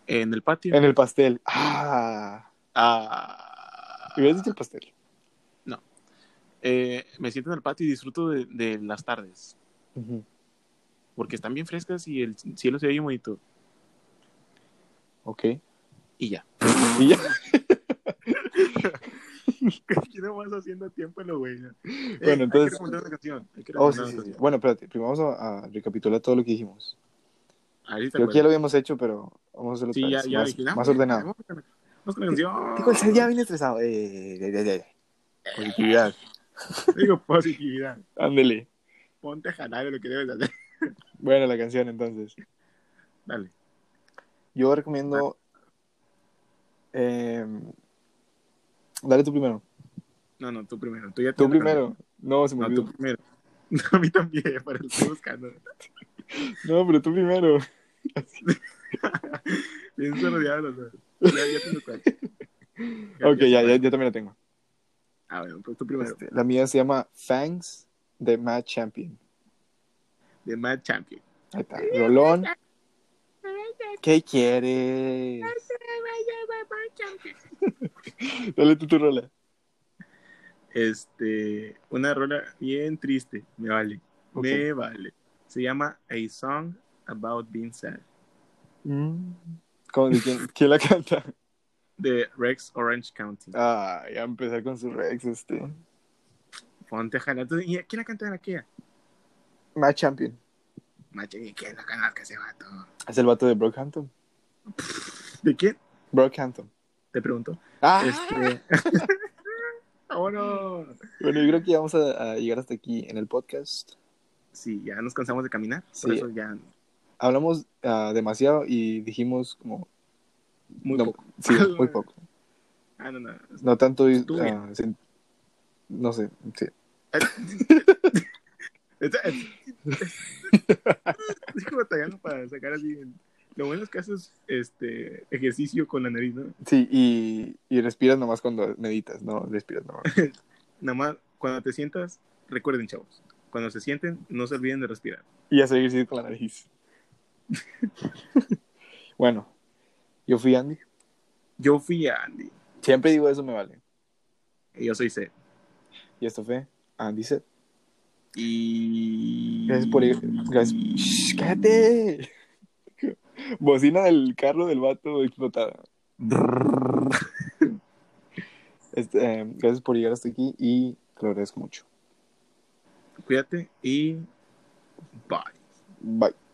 F: en el patio.
B: En el pastel. ¡Ah!
F: Ah,
B: Me hubieras dicho el pastel.
F: eh, me siento en el patio y disfruto de, de las tardes.
B: Ujú.
F: Porque están bien frescas y el cielo se ve bien bonito.
B: Ok.
F: Y ya.
B: Y ya.
F: ¿Qué nomás haciendo tiempo en lo güey? Eh,
B: hay que entonces- recomendar
F: una canción.
B: Oh, sí, sí, sí. Bueno, espérate. Primero vamos a, a recapitular todo lo que dijimos.
F: pues.
B: Creo que ya lo habíamos hecho, pero vamos a hacerlo
F: Sí,
B: otra
F: ya,
B: vez,
F: ya
B: más, más
F: originamos, güey.
B: ordenado.
F: Vamos con la- vamos con la canción.
B: Digo, el ser ya viene estresado. Eh, ya, ya, ya, ya. Positividad.
F: Digo, positividad.
B: Ándele.
F: Ponte a jalar de lo que debes de hacer.
B: Bueno, la canción entonces.
F: Dale.
B: Yo recomiendo. eh, dale tú primero.
F: No, no, tú primero. Tú, ya
B: Tú
F: tienes la
B: primero. No, se me
F: canción.
B: olvidó.
F: No, tú primero. a mí también, para el estoy buscando.
B: No, pero tú primero.
F: Bien rodeado, o sea. Ya, ya tengo cuál.
B: Ok, ya, ya, yo también la tengo.
F: A ver, pues tú primero.
B: Este, la mía se llama Fangs de Mad Champion.
F: De Mad Champion.
B: Ahí está. Rolón. ¿Qué quieres? Dale tú tu rola.
F: Este, una rola bien triste. Me vale.
B: Ok.
F: Me vale. Se llama A Song About Being Sad.
B: Mm. ¿Cómo, de quién, quién la canta?
F: De Rex Orange County.
B: Ah, ya empezar con su Rex, este.
F: Ponte a jalar. Entonces, ¿y ¿Quién la canta en aquella?
B: Mad Champion.
F: Macho, ¿y quién la canta ese vato?
B: Es el vato de Brockhampton.
F: ¿De quién?
B: Brockhampton.
F: Te pregunto.
B: Ah,
F: Este.
B: Oh,
F: Vámonos.
B: bueno, yo creo que ya vamos a, a llegar hasta aquí en el podcast.
F: Sí, ya nos cansamos de caminar. Por
B: Sí.
F: eso ya
B: Hablamos ah, demasiado y dijimos como.
F: muy
B: no,
F: poco.
B: Sí, muy poco.
F: Ah, no, no.
B: No tanto. y-
F: Estuvo bien.
B: ah, sen- no sé. sí.
F: Esta- Sigo este, batallando para sacar así. Lo bueno es que haces este ejercicio con la nariz, ¿no?
B: Sí, y, y respiras nomás cuando meditas, no, respiras nomás.
F: Nada más cuando te sientas, recuerden, chavos. Cuando se sienten, no se olviden de respirar.
B: y a seguir sin con la nariz. bueno, yo fui Andy.
F: Yo fui a Andy.
B: Siempre digo eso me vale.
F: y Yo soy C.
B: Y esto fue Andy Set.
F: Y.
B: Gracias por ir. Gracias. Shh, cállate. Bocina del carro del vato explotada. Este, eh, gracias por llegar hasta aquí y te lo agradezco mucho.
F: Cuídate y. Bye.
B: Bye.